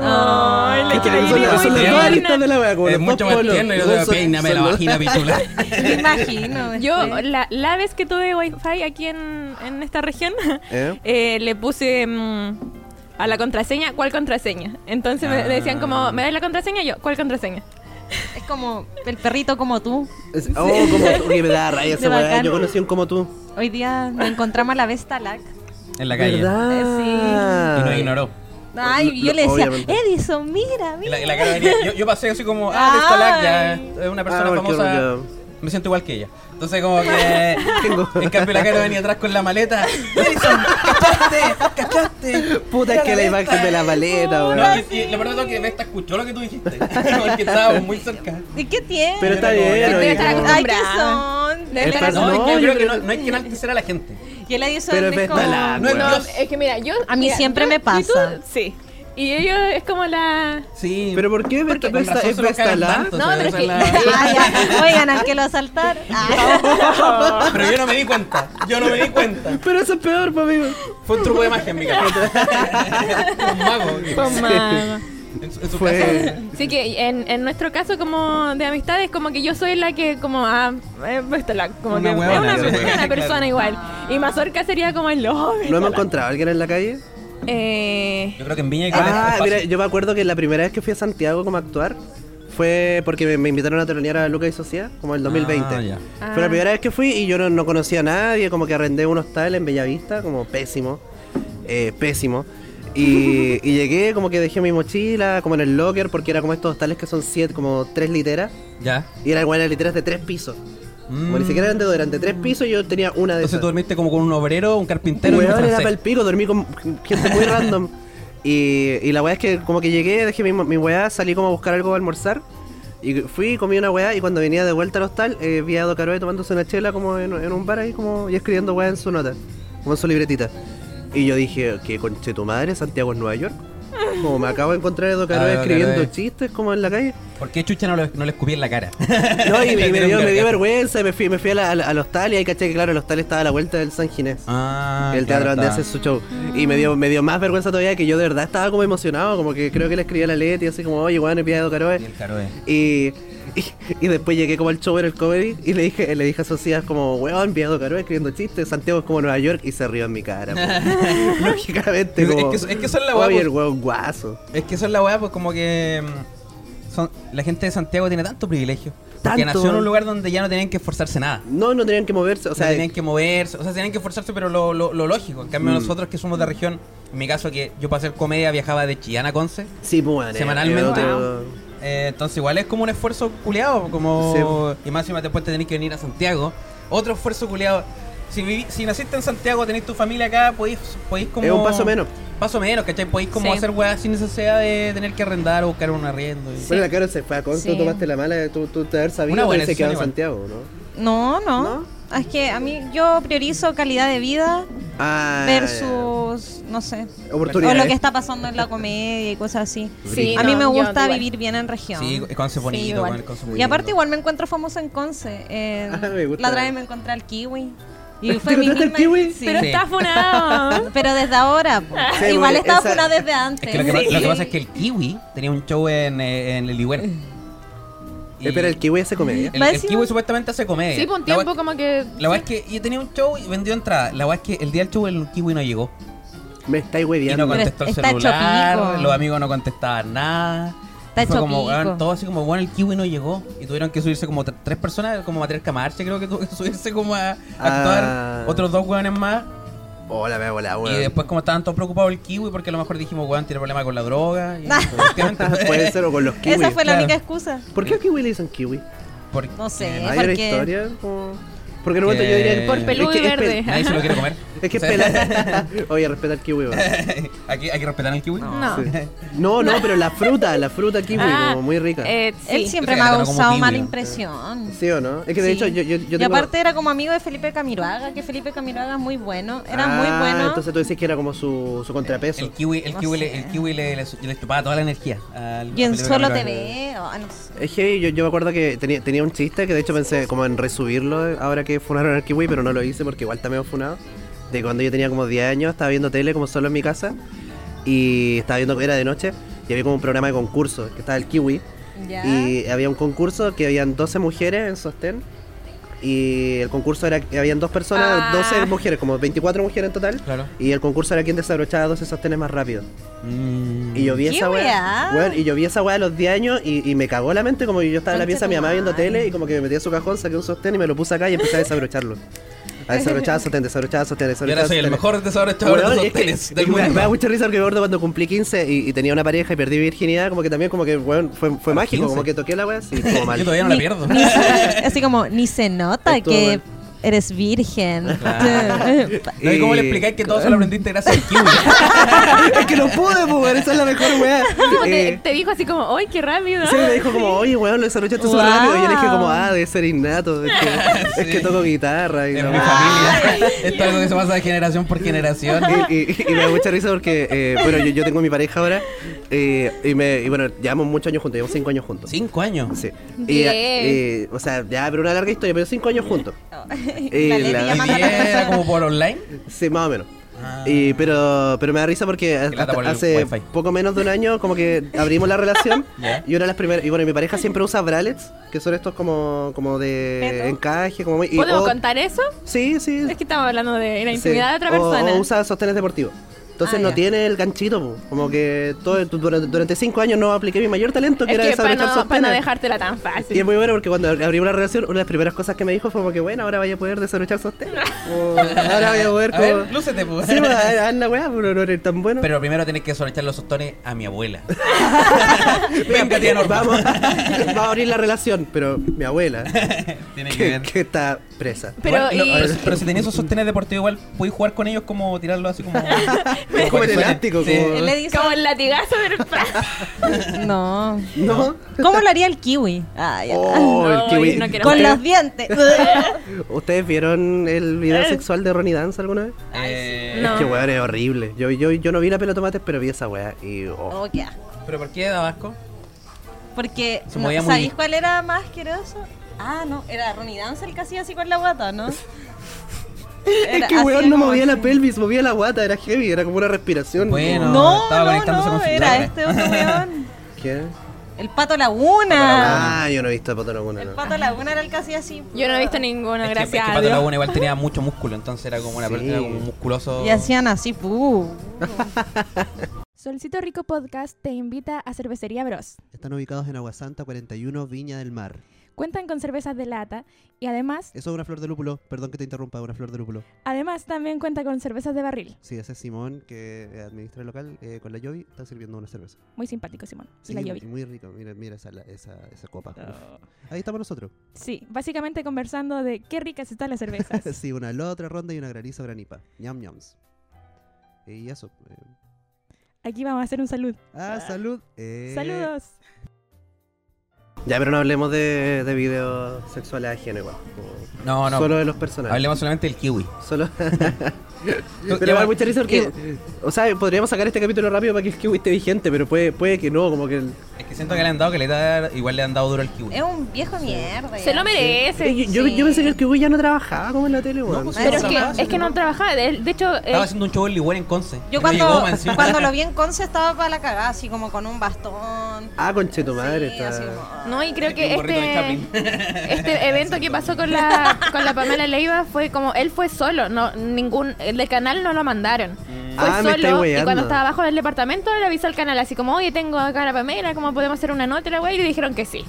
Ay, la Ah. Que Son tiene- Kylie, son- muy las- son las dos tierna. aristas tierna. de la wea, como Es los mucho dos más polos. tierno y Son- yo son- peíname la son- vagina pitula. Me imagino. este, Yo, después. la, la vez que tuve wifi aquí en, en esta región, ¿Eh? eh, le puse mm, a la contraseña, ¿cuál contraseña? Entonces me Ah. decían como, ¿me das la contraseña? Y Yo, ¿cuál contraseña? Es como el perrito como tú. Es- Oh, como tú, que me da raya De esa weá. bacán. Yo conocí un como tú. Hoy día nos encontramos a la vez Talac. En la calle. Y ¿Verdad? nos ignoró. Ay, yo lo- le decía, obviamente. Edison, mira, Y mira. la, y la cara venía. Yo, yo pasé así como, ah, de esta lag ya. Es una persona Ah, porque famosa. yo- me siento igual que ella. Entonces, como que. En cambio, la cara venía atrás con la maleta. Wilson, ¿cachaste? ¿Cachaste? Puta, es que la imagen de la paleta, No, weón. y lo peor de todo es que Vesta escuchó lo que tú dijiste. Porque estábamos muy cerca. ¿Y qué tiene? Pero está Yo bien, creo oye, que estar como- acostumbrada. Ay, ¿qué son? Es Debe para- estar- No, No, es que yo yo creo que creo no, no hay que enaltecer a la gente. Y el Edison Pero es es como... la- No es weón. Dios. Es que mira, yo. A mí mira, siempre me y pasa. tú- sí. Y ellos es como la. Sí. Pero ¿por qué Vesta- con Vesta- razón es se lo cagan Vestalá? tanto, No, o sea, pero es esa que- es la- Ah, ya. Oigan, al que lo asaltar. Ah. Pero yo no me di cuenta. Yo no me di cuenta. Pero eso es peor, pues, amigo. Fue un truco de magia en mi casa. un mago. Pues, mamá. En su, en su Fue- casa. Así que en, en nuestro caso como de amistades como que yo soy la que como ah, eh, pues, la- como Una que huevona, es una, sí, persona, claro. persona igual y Mazorca sería como el lobby. ¿No hemos encontrado a alguien en la calle? Eh, Yo creo que en Viña hay que Ah, tener mira, espacio. yo me acuerdo que la primera vez que fui a Santiago como a actuar fue porque me, me invitaron a telonear a Lucas y Socia, como el 2020. Ah, ya. Fue Ah. la primera vez que fui y yo no, no conocía a nadie, como que arrendé un hostal en Bellavista, como pésimo, eh, pésimo. Y, y llegué, como que dejé mi mochila, como en el locker, porque era como estos hostales que son siete, como tres literas, Ya. y eran igual las literas de tres pisos. Como ni Mm. siquiera eran de dos, eran de tres pisos y yo tenía una de Entonces esas. tú dormiste como con un obrero, un carpintero y un Weón, era francés. pa'l pico, dormí con gente muy random. Y, y la weá es que como que llegué, dejé mi, mi weá, salí como a buscar algo para almorzar. Y fui, comí una weá y cuando venía de vuelta al hostal, eh, vi a Docaroe tomándose una chela como en, en un bar ahí como y escribiendo weá en su nota, como en su libretita. Y yo dije, que conche tu madre, Santiago es Nueva York. Como me acabo de encontrar a Docaroe Ah, Edo escribiendo Caroe. chistes como en la calle. ¿Por qué chucha no, lo- no le escupí en la cara? No, y, y Le me, tiré dio, un me dio gargajo. vergüenza y me fui, me fui a la- al- al hostal y ahí caché que claro, el hostal estaba a la vuelta del San Ginés Ah, el teatro claro, donde está. hace su show. Y me dio, me dio más vergüenza todavía que yo de verdad estaba como emocionado, como que creo que le escribí a la Leti, así como, oye, weón, envía a Y Docaroe. el Caroe. Y, y, y después llegué como al show en el comedy y le dije, le dije a Socias como, weón, envía a Docaroe escribiendo chistes, Santiago es como Nueva York y se rió en mi cara. po. Lógicamente, Es que- como, es que- es que son la weá, Oye, pues. el weón guaso. Es que eso es la weá, pues como que. mm, Son, la gente de Santiago tiene tanto privilegio. Porque Tanto. nació en un lugar donde ya no tenían que esforzarse nada. No, no tenían que moverse, o O sea, sea, tenían que moverse, o sea, tenían que esforzarse, pero lo, lo- lo lógico. En Mm. cambio, nosotros que somos de región, en mi caso, que yo para hacer comedia viajaba de Chillán a Conce, sí, pues, weón, eh, semanalmente. eh, eh, entonces, igual es como un esfuerzo culeado, como. Y más encima después te tenés que venir a Santiago. Otro esfuerzo culeado. Si, viví- si naciste en Santiago, tenés tu familia acá, podéis, podéis como. Es un paso menos. Paso menos, ¿cachai? Podéis como Sí. hacer weas sin necesidad de tener que arrendar o buscar un arriendo. y- Bueno, la cara se fue a con, Sí. tú tomaste la mala, tú, tú te haber Una sabido buena que se quedó en decisión Santiago, No, ¿no? no, Es que a mí yo priorizo calidad de vida Ah, versus, no sé, o oportunidades. lo que está pasando en la comedia y cosas así. sí, a mí no, me yo gusta igual. vivir bien en región. Sí, Conce es bonito, Sí, weón, igual. el Conce es muy Y aparte lindo. igual me encuentro famosa en Conce. eh, Ah, me gusta. la otra vez me encontré al kiwi. Y ¿Te fue mi encontraste al misma- kiwi? sí. pero Pero, Sí. está funado. desde ahora. po. Sí, igual porque estaba esa- funada desde antes. Es que lo que, pa- Sí. lo que pasa es que el Kiwi tenía un show en, eh, en el Ligüer. Y Espera, Eh, el kiwi hace comedia. el- el Máximo- Kiwi supuestamente hace comedia. sí, por un La tiempo gua- como que La verdad es que yo tenía un show y vendió entrada. La verdad es que el día del show el Kiwi no llegó. Me estáis Y no hueviando. Pero contestó el está hecho celular, pico. los amigos no contestaban nada. Está Fue hecho como, pico. weón, todo así como, bueno, el Kiwi no llegó. Y tuvieron que subirse como tre- tres personas, como a Tres Camarche, creo que tuvo que subirse como a, a Ah. actuar otros dos weones más. Hola, me hola, Y weón. después como estaban todos preocupados el Kiwi porque a lo mejor dijimos, weón, tiene problema con la droga. Y, efectivamente, Puede ser o con los kiwis. Esa fue la claro. única excusa. ¿Por qué al kiwi le dicen kiwi? porque No sé, ¿Hay una porque historia? Como- Porque en un momento yo diría que... Por es peludo que y es pel- verde. nadie se lo quiere comer. Es que es pelada. Oye, respeta al kiwi, weón. Aquí hay que respetar al kiwi. no. Sí. No, no, pero la fruta, la fruta kiwi, Ah, como muy rica. eh, él sí. siempre O me sea, ha era como causado kiwi, mala ¿no? impresión. ¿Sí o no? Es que Sí. de hecho yo, yo, yo Y tengo- aparte era como amigo de Felipe Camiroaga, que Felipe Camiroaga es muy bueno, era muy Ah, bueno. entonces tú decís que era como su, su contrapeso. El kiwi, el No kiwi, le, sé. el kiwi le, le, le chupaba toda la energía. al- y en al Felipe Solo Camiroaga. TV, oh, no sé. Es que yo, yo me acuerdo que tenía, tenía un chiste que de hecho pensé como en resubirlo ahora que funaron al Kiwi, pero no lo hice porque igual está medio funado. De cuando yo tenía como 10 años, estaba viendo tele como solo en mi casa y estaba viendo que era de noche y había como un programa de concurso que estaba el Kiwi Ya. y había un concurso que habían 12 mujeres en sostén y el concurso era que habían dos personas, Ah. 12 mujeres, como 24 mujeres en total. Claro. Y el concurso era quien desabrochaba 12 sostenes más rápido. Mm. Y yo vi ¿Qué esa weá? weá. weón, y yo vi esa weá a los 10 años y, y me cagó la mente. Como que yo estaba en la Concha pieza de tu mi mamá viendo madre. tele y como que me metí a su cajón, saqué un sostén y me lo puse acá y empecé a desabrocharlo. A desabrochar, sostén, desabrochar, sostén, Yo desabrochar. ahora soy el sostén. mejor Weón, desabrochador de es que- sostenes del es que me, me da mundo. mucha risa porque gordo cuando cumplí 15 y, y tenía una pareja y perdí mi virginidad, como que también como que weón, fue, fue mágico, 15? como que toqué la weá así, como mal. Yo todavía no la pierdo. Ni se- así como, ni se nota Estuvo que bueno. eres virgen. Claro. No, ¿y cómo le explicáis que todo se lo aprendiste gracias al Kiwi? es que no pude, pues, weón, esa es la mejor weá. Como te, Eh, te dijo así como, ¡ay, qué rápido! Sí, me dijo como, oye, weón, lo desarrollaste súper Wow. rápido. Y yo le dije como, ah, debe ser innato. Es que, es que Sí. toco guitarra y En la mi weá. familia. Esto es algo que se pasa de generación por generación. y, y- y me da mucha risa porque, eh, bueno, yo, yo tengo mi pareja ahora eh, y, me, y bueno, llevamos muchos años juntos, llevamos cinco años juntos. Cinco años. Sí. Y, Bien. eh, o sea, ya, pero una larga historia, pero cinco años juntos. Eh, la la- Leti ¿Y llamando a las bien, era personas. como por online? Sí, más o menos. Ah. Y, pero, pero me da risa porque a- lata hasta por el hace wifi. poco menos de un año como que abrimos la relación Ya. y una de las primeras y bueno mi pareja siempre usa bralets que son estos como como de Pero. encaje como muy- y, ¿Podemos o- contar eso? sí sí Es que estamos hablando de la Sí. intimidad de otra O- persona. O, usa sostenes deportivos. Entonces Ah, no ya. tiene el ganchito, po. como que todo, tu- durante, durante cinco años no apliqué mi mayor talento, que es era que para desabrochar no, para no sostenes. dejártela tan Y es fácil. muy bueno porque cuando abrimos la relación, una de las primeras cosas que me dijo fue como que, bueno, ahora vaya a poder desabrochar sostenes. Como, ahora voy a poder A como... ver, lúcete, pues. Sí, pues, haz- haz la weá, pero no eres tan bueno. Pero primero tenés que soltar los sostones a mi abuela. Venga, tía Norma. Vamos, va a abrir la relación, pero mi abuela, Tiene que que, ver. que está presa. Pero, Igual, no, y- pero, si- pero si tenías esos sostenes deportivos igual, podéis jugar con ellos como tirarlos así como... Como el elástico, como- Él le dice, Como el latigazo del brazo. no. ¿No? ¿Cómo lo haría el kiwi? Ah, ya. Oh, No, el kiwi. no quiero- Con ¿Ustedes- los dientes. ¿Ustedes vieron el video sexual de Ronnie Dance alguna vez? Eh, No. Es que weón es horrible. Yo, yo, yo no vi la pela de tomates, pero vi esa weá y. oh. Oh, qué asco. ¿Pero por qué Dabasco? Porque, Se no, movía muy- ¿sabéis cuál era más asqueroso? Ah, no, era Ronnie Dance el que hacía así con la guata, ¿no? Es Era que así weón no como movía la así. pelvis, movía la guata, era heavy, era como una respiración. Bueno. No, Estaba no, conectándose no, con su era torre. este otro weón. ¿Qué? El Pato Laguna. Ah, yo no he visto el pato alguna, El no. Pato Laguna era el que hacía así. Yo no he visto ninguna, Es que- gracias es que a Pato Dios. Laguna igual tenía mucho músculo, entonces era como una Sí. persona como un musculoso... Y hacían así, pu. Solcito Rico Podcast te invita a Cervecería Bros. Están ubicados en Aguasanta 41, Viña del Mar. Cuentan con cervezas de lata y además, Eso es una flor de lúpulo. Perdón que te interrumpa, una flor de lúpulo. además también cuenta con cervezas de barril. Sí, ese es Simón, que eh, administra el local eh, con la Yovi, está sirviendo una cerveza. Muy simpático, Simón. Sí, y la Oh. y lluvia. muy rico. Mira, mira esa, la- esa, esa copa. Uf. Ahí estamos nosotros. Sí, básicamente conversando de qué ricas están las cervezas. sí, una la otra ronda y una graniza granipa. Ñam ñams. Y eso. eh. Aquí vamos a hacer un saludo. Ah, salud. Eh, Saludos. Ya, pero no hablemos de, de videos sexuales ajenos igual. como- No, no. Solo de los personajes. Hablemos solamente del kiwi. Solo. Tú- pero me da ya- mucha risa porque. O sea, podríamos sacar este capítulo rápido para que el kiwi esté vigente, pero puede, puede que no, como que. el- Es que siento que le han dado que le da, igual le han dado duro al kiwi. Es un viejo mierda. Se ya. lo merece. Eh, yo, yo- yo pensé que el kiwi ya no trabajaba como en la tele, weón. pues, Pero es Sí, no, que, sí, es que no trabajaba. De, de hecho, eh, Estaba haciendo un show en Ligüen en Conce. Yo No llegó, cuando, más encima. cuando lo vi en Conce estaba para la cagada, así como con un bastón. Ah, conche tu madre. Sí, está- así como, ah. no, y creo que Un gorrito de este, este evento que pasó con la, con la Pamela Leiva fue como él fue solo. no ningún El del canal no lo mandaron. Fue Ah, me estáis solo y weyando. cuando estaba abajo del departamento le avisó al canal así como, oye, tengo acá a la Pamela, ¿cómo podemos hacer una nota? Y La wey, y le dijeron que sí.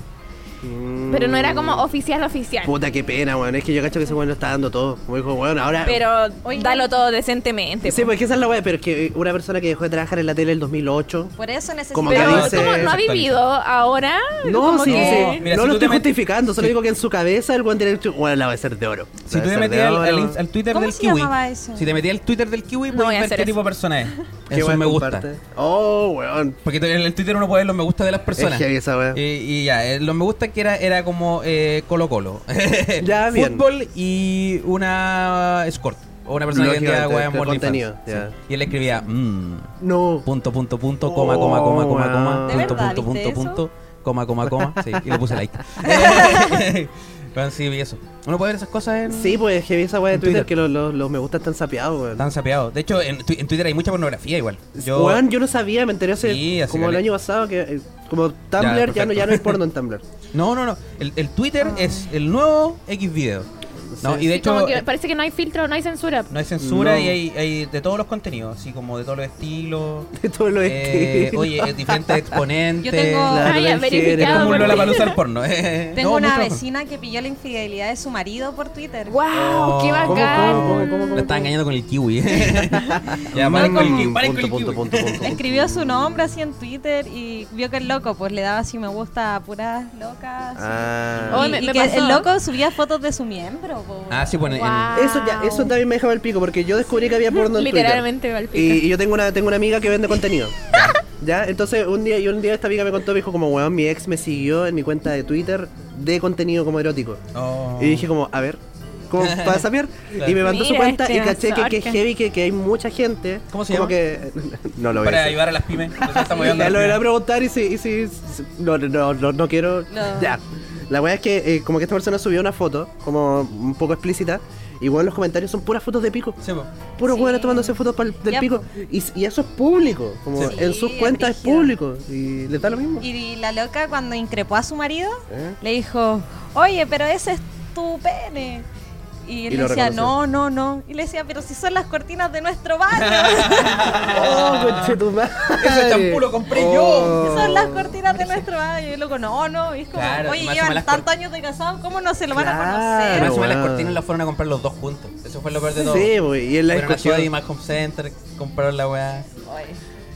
Mm. Pero no era como oh, oficial, oficial. Puta, qué pena, weón. Es que yo cacho que ese weón lo está dando todo. Como dijo, weón, ahora. Pero Oye, dalo todo decentemente. Sí, porque esa es la weá, pero es que una persona que dejó de trabajar en la tele en el 2008. Por eso necesito. pues, Como que Pero dice- como no ha desactualiza. vivido ahora, No, como sí, que- sí. Mira, no si lo tú te estoy metes- justificando, solo sí. digo que en su cabeza el weón tiene el. Bueno, la va a ser de oro. Si La tú te va a ser de metías al, al oro. ins- al Twitter ¿Cómo del se kiwi. llamaba eso? Si te metías al Twitter del kiwi, No puedes voy a ver hacer qué eso. tipo de persona es. Qué Eso weón me gusta. comparte. Oh, weón. Porque en el Twitter uno puede ver los me gusta de las personas. Es heavy esa weá. Y, y ya, eh, los me gusta que era, era como eh, Colo Colo. Ya, bien. Fútbol y una escort. O una persona que vendía Lógicamente, weá en de contenido, OnlyFans. Sí. ya. Y él escribía, mmm, No. punto, punto, punto, coma, coma, coma, coma, Oh, coma, ¿De punto, verdad punto, viste punto, eso? punto, coma, coma, coma. Sí, y le puse like. Pero sí, vi eso. Uno puede ver esas cosas en... Sí, pues es heavy esa weá de En Twitter, Twitter. que los, los, los me gusta están sapeados, weón. Están sapeados. De hecho, en, tu- en Twitter hay mucha pornografía igual. Yo, Weón, yo no sabía, me enteré hace Sí, hace como el caleta. año pasado que eh, como Tumblr ya, no perfecto. ya no hay porno en Tumblr. No, no, no. El, el Twitter es el nuevo X video. No, Ah. Sí. y de Sí, como hecho, eh, que parece que no hay filtro, no hay censura. no hay censura No. y hay, hay de todos los contenidos, así como de todos los estilos. De todos los eh, estilos. oye, eh, diferentes exponentes. Yo tengo- Claro, Ah, ya, del verificado, Es género. como por- la palusa al porno. eh. Tengo No, una mucho- vecina que pilló la infidelidad de su marido por Twitter. ¡Wow! ¡Qué ¿Cómo, Oh, ¿Cómo, bacán! cómo, cómo, cómo, Me está cómo? engañando con el kiwi. ya, paren con el kiwi. paren con el Punto, punto, kiwi. punto, punto. Escribió su nombre así en Twitter y vio que el loco pues le daba así me gusta a puras locas. Ah. Oye, Oh, Y- me- y me que pasó. el loco subía fotos de su miembro. po. Ah, sí, bueno. en- Guau. Eso ya, eso también me dejaba el pico, porque yo descubrí que había porno en Twitter. Literalmente, Valpica. Y, y yo tengo una, tengo una amiga que vende contenido. ¿Ya? Entonces un día, y un día esta amiga me contó, me dijo como, weón, mi ex me siguió en mi cuenta de Twitter de contenido como erótico. Oh. Y dije como, a ver, ¿cómo pasa bien? Y me mandó su Mira cuenta este y caché que, que es mazorca. heavy, que, que hay mucha gente. ¿Cómo se llama? como que No lo voy Para a decir. ayudar a las pymes. Entonces estamos ayudando a Ya las lo pymes. era a preguntar y si, y si- si- no, no, no, no, no quiero. No. Ya. La weá es que eh, como que esta persona subió una foto, como un poco explícita, y bueno, los comentarios son puras fotos de pico. Sí, po. Puros Sí. hueones tomándose fotos pa'l- del Ya, pico. Y, y eso es público. Como Sí. en sus Sí, cuentas es brígido. público. Y eh, le da lo mismo. Y la loca cuando increpó a su marido ¿Eh? le dijo, oye, pero ese es tu pene. Y él Y le lo decía, reconoció. no, no, no. Y le decía, pero si son las cortinas de nuestro baño. ¡Oh, conchetumadre! Ese champú lo compré Oh. son las cortinas de nuestro baño. Y el loco, no, no. Y es como, Claro, oye, más o llevan menos tantos años de casados, ¿cómo no se lo van Claro. a Pero conocer? Pero encima las bueno. cortinas las fueron a comprar los dos juntos. Eso fue lo peor de todo. Sí, güey. Y en la Fueron a Joy discusión. Home Center, compraron la weá. Oye.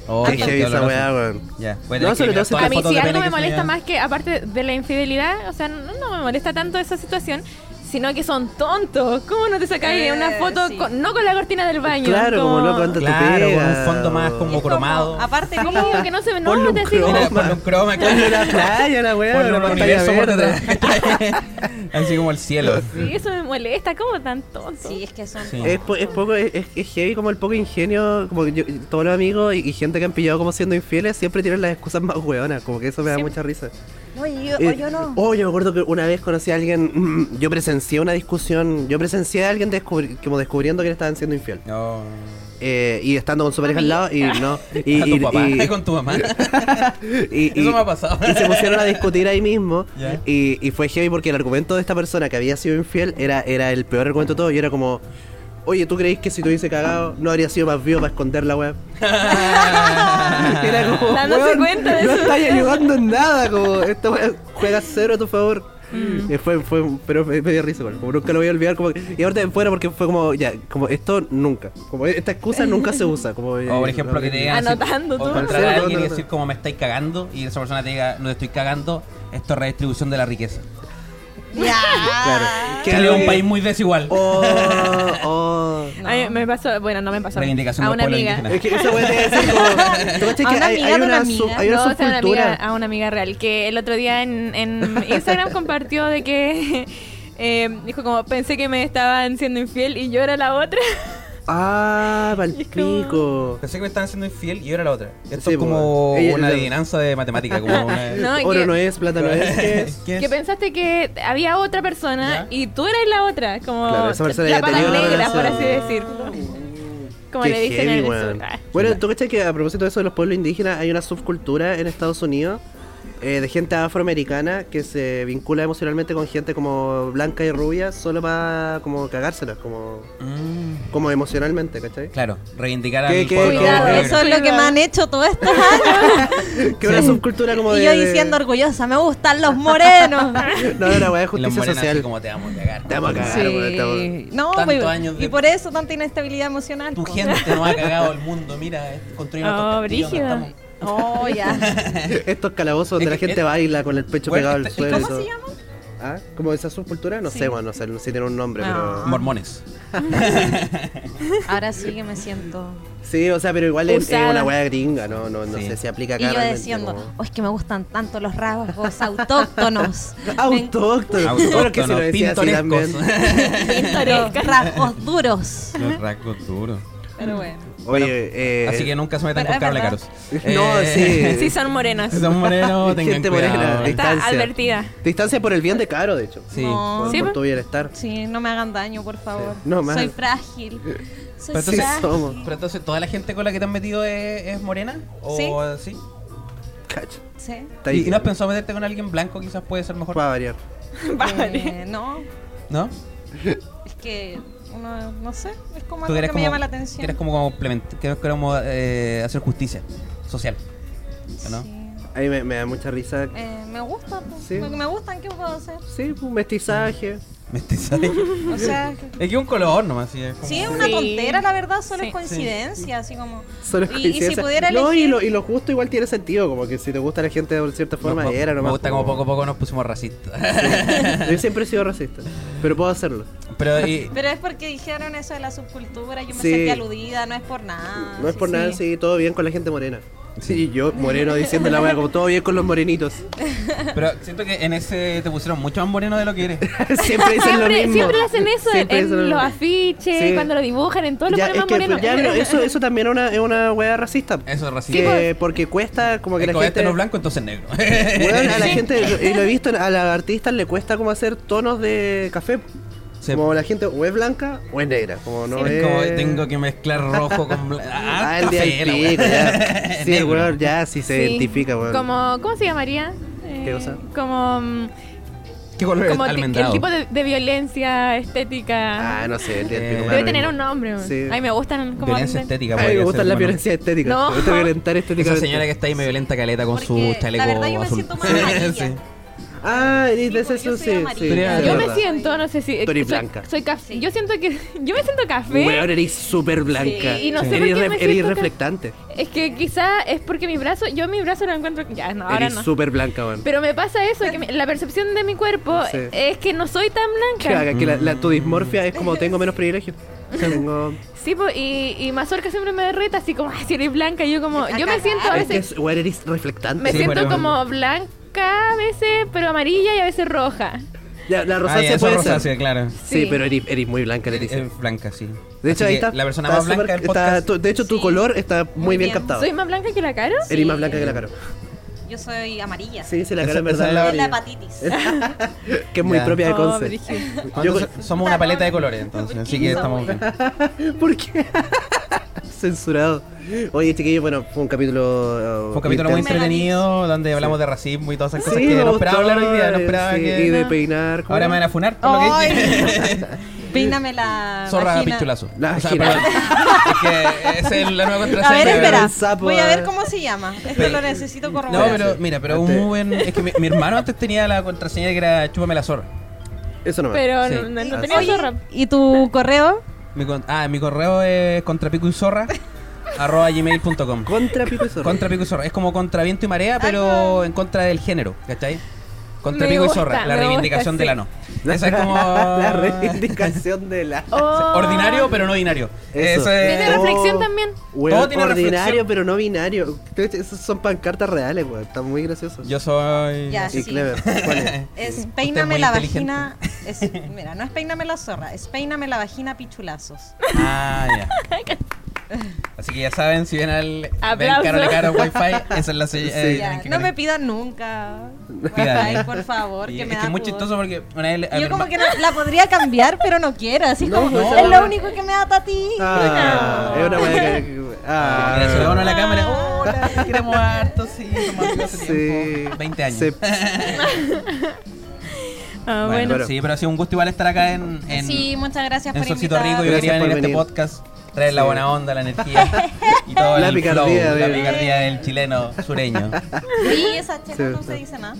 Oh, Qué qué heavy esa doloroso. weá, weón. Ya, No, voy a tener que eliminar sobre todo todas si A las mí fotos si de pene algo que me molesta tenía. más que, aparte de la infidelidad, o sea, no, no me molesta tanto esa situación, sino que son tontos. ¿Cómo no te sacáis Eh, una foto, sí. con- no con la cortina del baño? Claro, como loco, anda tu Claro, con pega. un fondo más Y como es como, cromado. Aparte, Sí, como que no se Ponle no, un te así como- croma. Mira, ponle un croma, Ponle claro. una playa, la weá. Ponle una un pantalla universo por verde. detrás. Así como el cielo. Sí, eso me molesta, ¿cómo tan tonto? Sí, es que son. Sí. Es, po- es poco, es, es- es heavy como el poco ingenio, como que yo- todos los amigos y, y gente que han pillado como siendo infieles siempre tienen las excusas más hueonas, como que eso me da Sí. mucha risa. No, y yo, o Eh, yo no. oh, yo me acuerdo que una vez conocí a alguien, mm, yo presencié una discusión, yo presencié a alguien descubri- como descubriendo que le estaban siendo infiel. No. Eh, y estando con su pareja al lado y no. Y, Y, y- Ah, tu papá, y- con tu mamá. y- y- Eso me ha pasado. y se pusieron a discutir ahí mismo. Ya. Y, y fue heavy porque el argumento de esta persona que había sido infiel era, era el peor argumento de todo. Y era como, oye, ¿tú creís que si te hubiese cagado no habría sido más vivo para esconder la web? era como, Dándose "Weón, cuenta de no su- estáis ayudando en nada. Como, esta web juega cero a tu favor. Mm. Y fue, fue, pero me, me dio risa, igual, como nunca lo voy a olvidar. Como, y ahorita de fuera porque fue como, ya, como esto nunca, como esta excusa nunca se usa. Como, O por ejemplo que te digan así- Anotando o todo. encontrar Sí, a no, alguien no, y no. decir como me estáis cagando y esa persona te diga no te estoy cagando, esto es redistribución de la riqueza. Ya. Claro. Ah. Chile es un país muy desigual. Oh, oh. No. Ay, me pasó, bueno, no me pasó. Reivindicación a de una los pueblos amiga. indígenas. Es que esa weá te decir como. ¿Tú A cachai que una hay, amiga hay de una una, sub- amiga. hay una No, o sea, una amiga, subcultura? a una amiga real, que el otro día en, en Instagram compartió de que eh, dijo como pensé que me estaban siendo infiel y yo era la otra. Ah, palpico. Pensé que me estaban siendo infiel y yo era la otra. Esto Sí, es como pues, ella- una ella- adivinanza de matemática. Como una... No, y Oro que- no es, plata no es. ¿qué es? ¿Qué es? Que pensaste que había otra persona Ya. y tú eras la otra, como Claro, esa persona la ya pata tenía una negra, relación. por así decirlo. Como Qué le dicen heavy, en el weón. sur. Ah. Bueno, tú cachai que a propósito de eso de los pueblos indígenas, hay una subcultura en Estados Unidos eh, de gente afroamericana que se vincula emocionalmente con gente como blanca y rubia solo para como cagárselas, como, Mm, como emocionalmente, ¿cachai? claro, reivindicar ¿Qué- al qué- pueblo. eh, Cuidado, Qué- eso es lo que me han hecho todos estos años. Que una subcultura como de. Y yo de- diciendo orgullosa, me gustan los morenos. No, no, la weá es Y los justicia morenos así social. como te vamos a cagar. Te vamos a cagar, Sí. weón, te vamos- No, Tantos pues, años de- y por eso tanta inestabilidad emocional. Tu po. gente nos ha cagado el mundo, mira, eh, construyeron Oh, estos castillos, brígido. nos estamos- Oh, ya. Estos calabozos donde Es la que- gente es- baila con el pecho Bueno, pegado al este- suelo. y ¿cómo todo. se llama? ¿Ah? ¿Como esa subcultura? No Sí. sé, bueno, no sé, no sé si tiene un nombre, No. pero... Mormones. Ahora sí que me siento. Sí, o sea, pero igual es, es Usada. una wea gringa, no, no, no Sí. sé si aplica Y acá yo realmente diciendo, como- oh, es que me gustan tanto los rasgos autóctonos. Autóctono. Bueno, que si lo Autóctonos, decía así también. Los rasgos duros. Los rasgos duros. Pero bueno. Oye, eh... Así que nunca se metan pero con es cable verdad. caros. No, Eh. sí. Sí, son morenas. Si son morenos, tengan Gente cuidado. morena, eh. Está distancia. advertida. Distancia por el bien de Caro, de hecho. Sí. No. Por, Sí, por pues. tu bienestar. Sí, no me hagan daño, por favor. Sí. No, más. Soy frágil. Soy Pero entonces- frágil. somos. Pero entonces, ¿toda la gente con la que te han metido es, es morena? ¿O sí? Cacha. Sí. Está ¿Y, ahí. y no has pensado meterte con alguien blanco? Quizás puede ser mejor. Para variar. Eh, no. ¿No? Es que uno, no sé, es como Tú algo que quieres me como, llama la atención. quieres como, complement- quieres como, eh, hacer justicia social. ¿no? Sí. A mí me, me da mucha risa. Eh, me gusta, pues, Sí. porque me gustan, ¿qué puedo hacer? Sí, un mestizaje. Me estoy saliendo. O sea, es que un color nomás. Sí, es como- sí, es una Sí. tontera, la verdad, solo Sí. es coincidencia, así como... Solo Y- y si coincidencia. pudiera No, y, elegir- lo, y los gustos igual tiene sentido. Como que si te gusta la gente de una cierta forma, Nos- era nomás. Me gusta como poco a poco nos pusimos racistas. Yo siempre he sido racista, pero puedo hacerlo. Pero y, Pero es porque dijeron eso de la subcultura, yo me Sí. sentí aludida, no es por nada. No Ah, es sí, por nada, sí. sí, todo bien con la gente morena. Sí, y yo moreno diciendo la wea como todo bien con los morenitos. pero siento que en ese te pusieron mucho más moreno de lo que eres. siempre dicen lo Siempre, mismo. siempre hacen eso Siempre en, dicen lo los mismo. afiches, Sí. cuando lo dibujan, en todo lo Ya, ponen es más que, moreno. ya, pero eso, eso también es una, es una wea racista. Eso es racismo. Que- pues. porque cuesta pues, como que Eh, la como gente. este no es blanco, entonces es negro. Weón, a la Sí. gente, y lo he visto, a las artistas le cuesta como hacer tonos de café. Sí. Como la gente o es blanca o es negra. Como no Es es. como tengo que mezclar rojo con blanco. Ah, Ah, el día del café, la pico, wea. ya. Sí, Negro. weón, ya, sí se Sí. identifica, weón. Como, ¿Cómo se llamaría? ¿Qué Eh, cosa? Como, mm, ¿Qué color es? como ti- el Almendrado. tipo de, de violencia estética. Ah, no sé, el día del Eh, pico. me da Debe lo tener mismo. un nombre. man. Sí. A mí me gustan como... Violencia venden- estética. A mí me podría gusta ser, la bueno. violencia estética. No. Me gusta violentar Esa estéticamente. señora que está ahí me violenta caleta con Porque, su la chaleco verdad, yo me azul. siento más amarilla. Ah, y Sí, de porque eso yo soy sí. sí. amarilla. Es Yo me verdad. siento, no sé si... Tú eres soy- blanca. Soy café. Sí. Yo siento que... Yo me siento café. Weón, eres súper blanca. Sí, y no sé eres por qué me eres siento ca- reflectante. Es que quizá es porque mi brazo... Yo mi brazo lo encuentro... Ya, no, ahora Eres no. súper blanca, weón. Pero me pasa eso, que mi- la percepción de mi cuerpo Sí. es que no soy tan Que blanca. haga que la- Mm. la- tu dismorfia es como tengo menos privilegio. Tengo... Sí, po, y, y Mazorca siempre me reta así como, "Ay, si eres blanca, y yo como, yo me siento a Es que veces, es, weón, eres reflectante. me Sí, siento pero- como blanca a veces, pero amarilla y a veces roja. Ya, la Ah, ya, rosácea eso puede es rosácea, ser. claro. Sí, Sí. pero eres, eres muy blanca, Leticia. Es blanca, sí. De hecho, Así ahí que está. La persona está más blanca súper- del podcast. está- tu- de hecho, tu Sí. color está muy, Muy bien, bien. captado. ¿Soy más blanca que la cara? Eres más blanca que la cara. Yo soy amarilla. Sí, sí, la Esa- cara en esa verdad. es la Es la amarilla. hepatitis. que es muy Ya. propia de Oh, Conce. brígido. Yo, Yo- somos una paleta de colores, entonces, así que estamos bien. ¿Por qué? Censurado. Oye, chiquillos, bueno, fue un capítulo. uh, Fue un capítulo muy Mega entretenido donde hablamos de racismo y todas esas cosas Sí, que me no esperaba gustó, hablar hoy día, no eh, esperaba sí, que... Y de peinar. ¿cómo Ahora me van era? a funar por lo que dije. Peíname la Zorra vagina. pichulazo. La o sea, vagina. perdón. es que esa es la nueva A contraseña. ver, espera. un sapo, Voy a eh. ver cómo se llama. Esto lo necesito No, corroborar. pero mira, pero este. un muy buen... Es que mi, mi hermano antes tenía la contraseña que era chúpame la zorra. Eso no me. Pero Sí. no, no- no Ah, tenía Oye, zorra. ¿y tu correo? Mi con- ah, mi correo es contrapico y zorra arroba gmail.com Contra pico y zorra. Contra pico y zorra. Es como contra viento y marea, pero en contra del género, ¿cachai? Contra Me pico gusta, y zorra, la me reivindicación gusta, de la sí. no. Esa es como. la reivindicación de la. Oh. Ordinario, pero no binario. Eso. Eso es- Oh. Tiene Oh. reflexión también. Weón, Todo tiene ordinario, reflexión. pero no binario. Esos son pancartas reales, weón. Está muy gracioso. Yo soy. Ya, y Ah, sí. clever. ¿Cuál es? Es Usted es muy peíname la inteligente. vagina. es- mira, no es peíname la zorra, es peíname la vagina pichulazos. Ah, ya. Así que ya saben, si ven al. Ven Aplauso. caro de caro Wi-Fi, esa es la señal. Sí. Ya, no me pidan nunca. Pídale. Ay, por favor, que me es da que es muy pudor. chistoso porque una vez. a mi Yo como herma- que no- la podría cambiar, pero no quiero. Así No, como, no, es no. lo único que me da tatí. Ah, No. Es una weá que. Ah. Mira, se le va uno a la cámara. Hola, te queremos harto, sí, somos amigos hace Sí. tiempo. 20 años. Se- Ah, Bueno, bueno. pero- sí, pero ha sido un gusto igual estar acá en, en, sí, muchas gracias en por Solcito invitarme. Rico. Yo Gracias quería venir por a este venir. podcast, traer la Sí. buena onda, la energía y todo La el picardía flow, la de- picardía del chileno sureño. Sí, esa chela no Sí. se dice nada.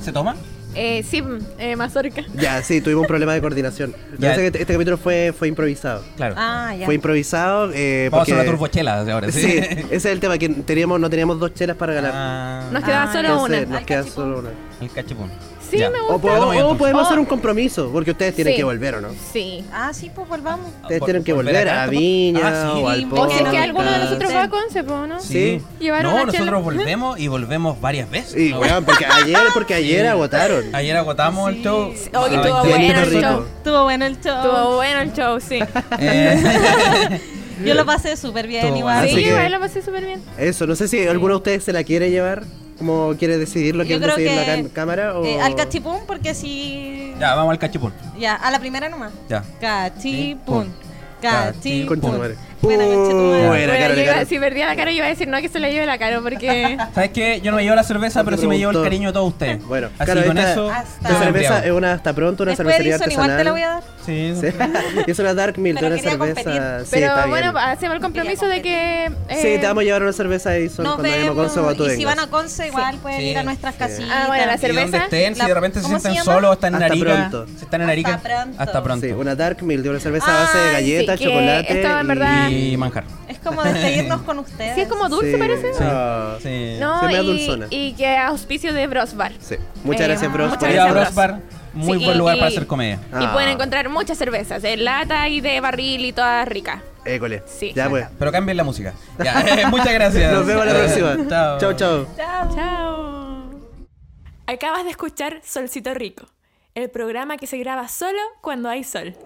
¿Se toma? Eh, sí, eh, Mazorca. Ya, ah, sí, tuvimos un problema de coordinación. Ya. Ya. sé que este capítulo fue, fue improvisado. Claro. Ah, ya. Fue improvisado eh, Vamos porque... a hacer una turbochela de ahora, sí. Sí, ese es el tema, que teníamos, no teníamos dos chelas para ganar. Ah, Nos quedaba Ah, solo Entonces una. nos Al queda cachipún. solo una. el cachipún. Sí, Ya. me O, po- gusta. Vamos, o entonces. podemos Oh. hacer un compromiso, porque ustedes tienen Sí. que volver, ¿o no? Sí. Ah, sí, pues volvamos. Ustedes Vol- tienen que volver volver acá, a ¿no? Viña Ah, sí. o al O O si es no, que no, alguno de podcast. nosotros sí. va a Conce, po, ¿no? Sí. Llevar No, una nosotros chela. volvemos y volvemos varias veces. Y weón, Ah, porque ayer, porque ayer agotaron. Ayer agotamos el show. Oh, que Ah, estuvo veinte- bueno el rico. show. Estuvo bueno el show. Estuvo bueno el show, sí. Eh, Yo lo pasé súper bien Estuvo igual. Así Sí, que- igual lo pasé súper bien. Eso, no sé si alguno de ustedes se la quiere llevar, como quiere decidirlo, Yo quiere creo decidirlo que acá en cámara o... eh, al cachipún porque si... ya, vamos al cachipún. Ya, a la primera nomás. Ya. Cachipún. Cachipún. Concha tu madre. Buena, conchetumare. Buena, Bueno, Caro, yo iba- Caro. si perdía la cara, iba a decir no, que se la lleve la cara, porque. ¿Sabes qué? Yo no me llevo la cerveza, No pero te sí me llevo el preguntó. cariño de todos ustedes. Bueno, así claro, con esta- eso. hasta- yo Esta me cerveza es embriago. una hasta pronto, una Después cervecería Edison igual te la voy a artesanal. dar. Sí, Sí. Y es una Dark Milk, Pero una quería cerveza. competir. Sí, pero está bien. bueno, hacemos el compromiso de que. Sí, eh, te vamos a llevar una cerveza Edison Nos cuando vayamos a Conce o vemos. cuando Y tú si vengas. van a Conce, igual pueden Sí. ir a nuestras Sí. casitas. Ah, bueno, la Y donde cerveza, estén, si la- de repente se ¿cómo se sientan llama? solos, están en Hasta Arica. pronto. Si están en Arica. Hasta pronto. Hasta pronto. Sí, una Dark Milk, una cerveza a base Ay, de galletas, sí, que chocolate. esto en verdad- Y manjar. Es como despedirnos con ustedes. Sí, es como dulce, Sí. parece. Sí. Ah, Sí. No, Se me da y, dulzona. y que a auspicio de Bros Bar. sí. Muchas Eh, gracias, Bros. muchas por- Oye, a gracias, Bros Bar, muy Sí, buen y- lugar para y- hacer comedia. Ah. Y pueden encontrar muchas cervezas, de lata y de barril y todas ricas. École. Sí. Ya pues. Pero cambien la música. Ya, muchas gracias. Nos vemos la Eh, próxima. Chao. Chao, chao. Chao. Chao. Acabas de escuchar Solcito Rico, el programa que se graba solo cuando hay sol.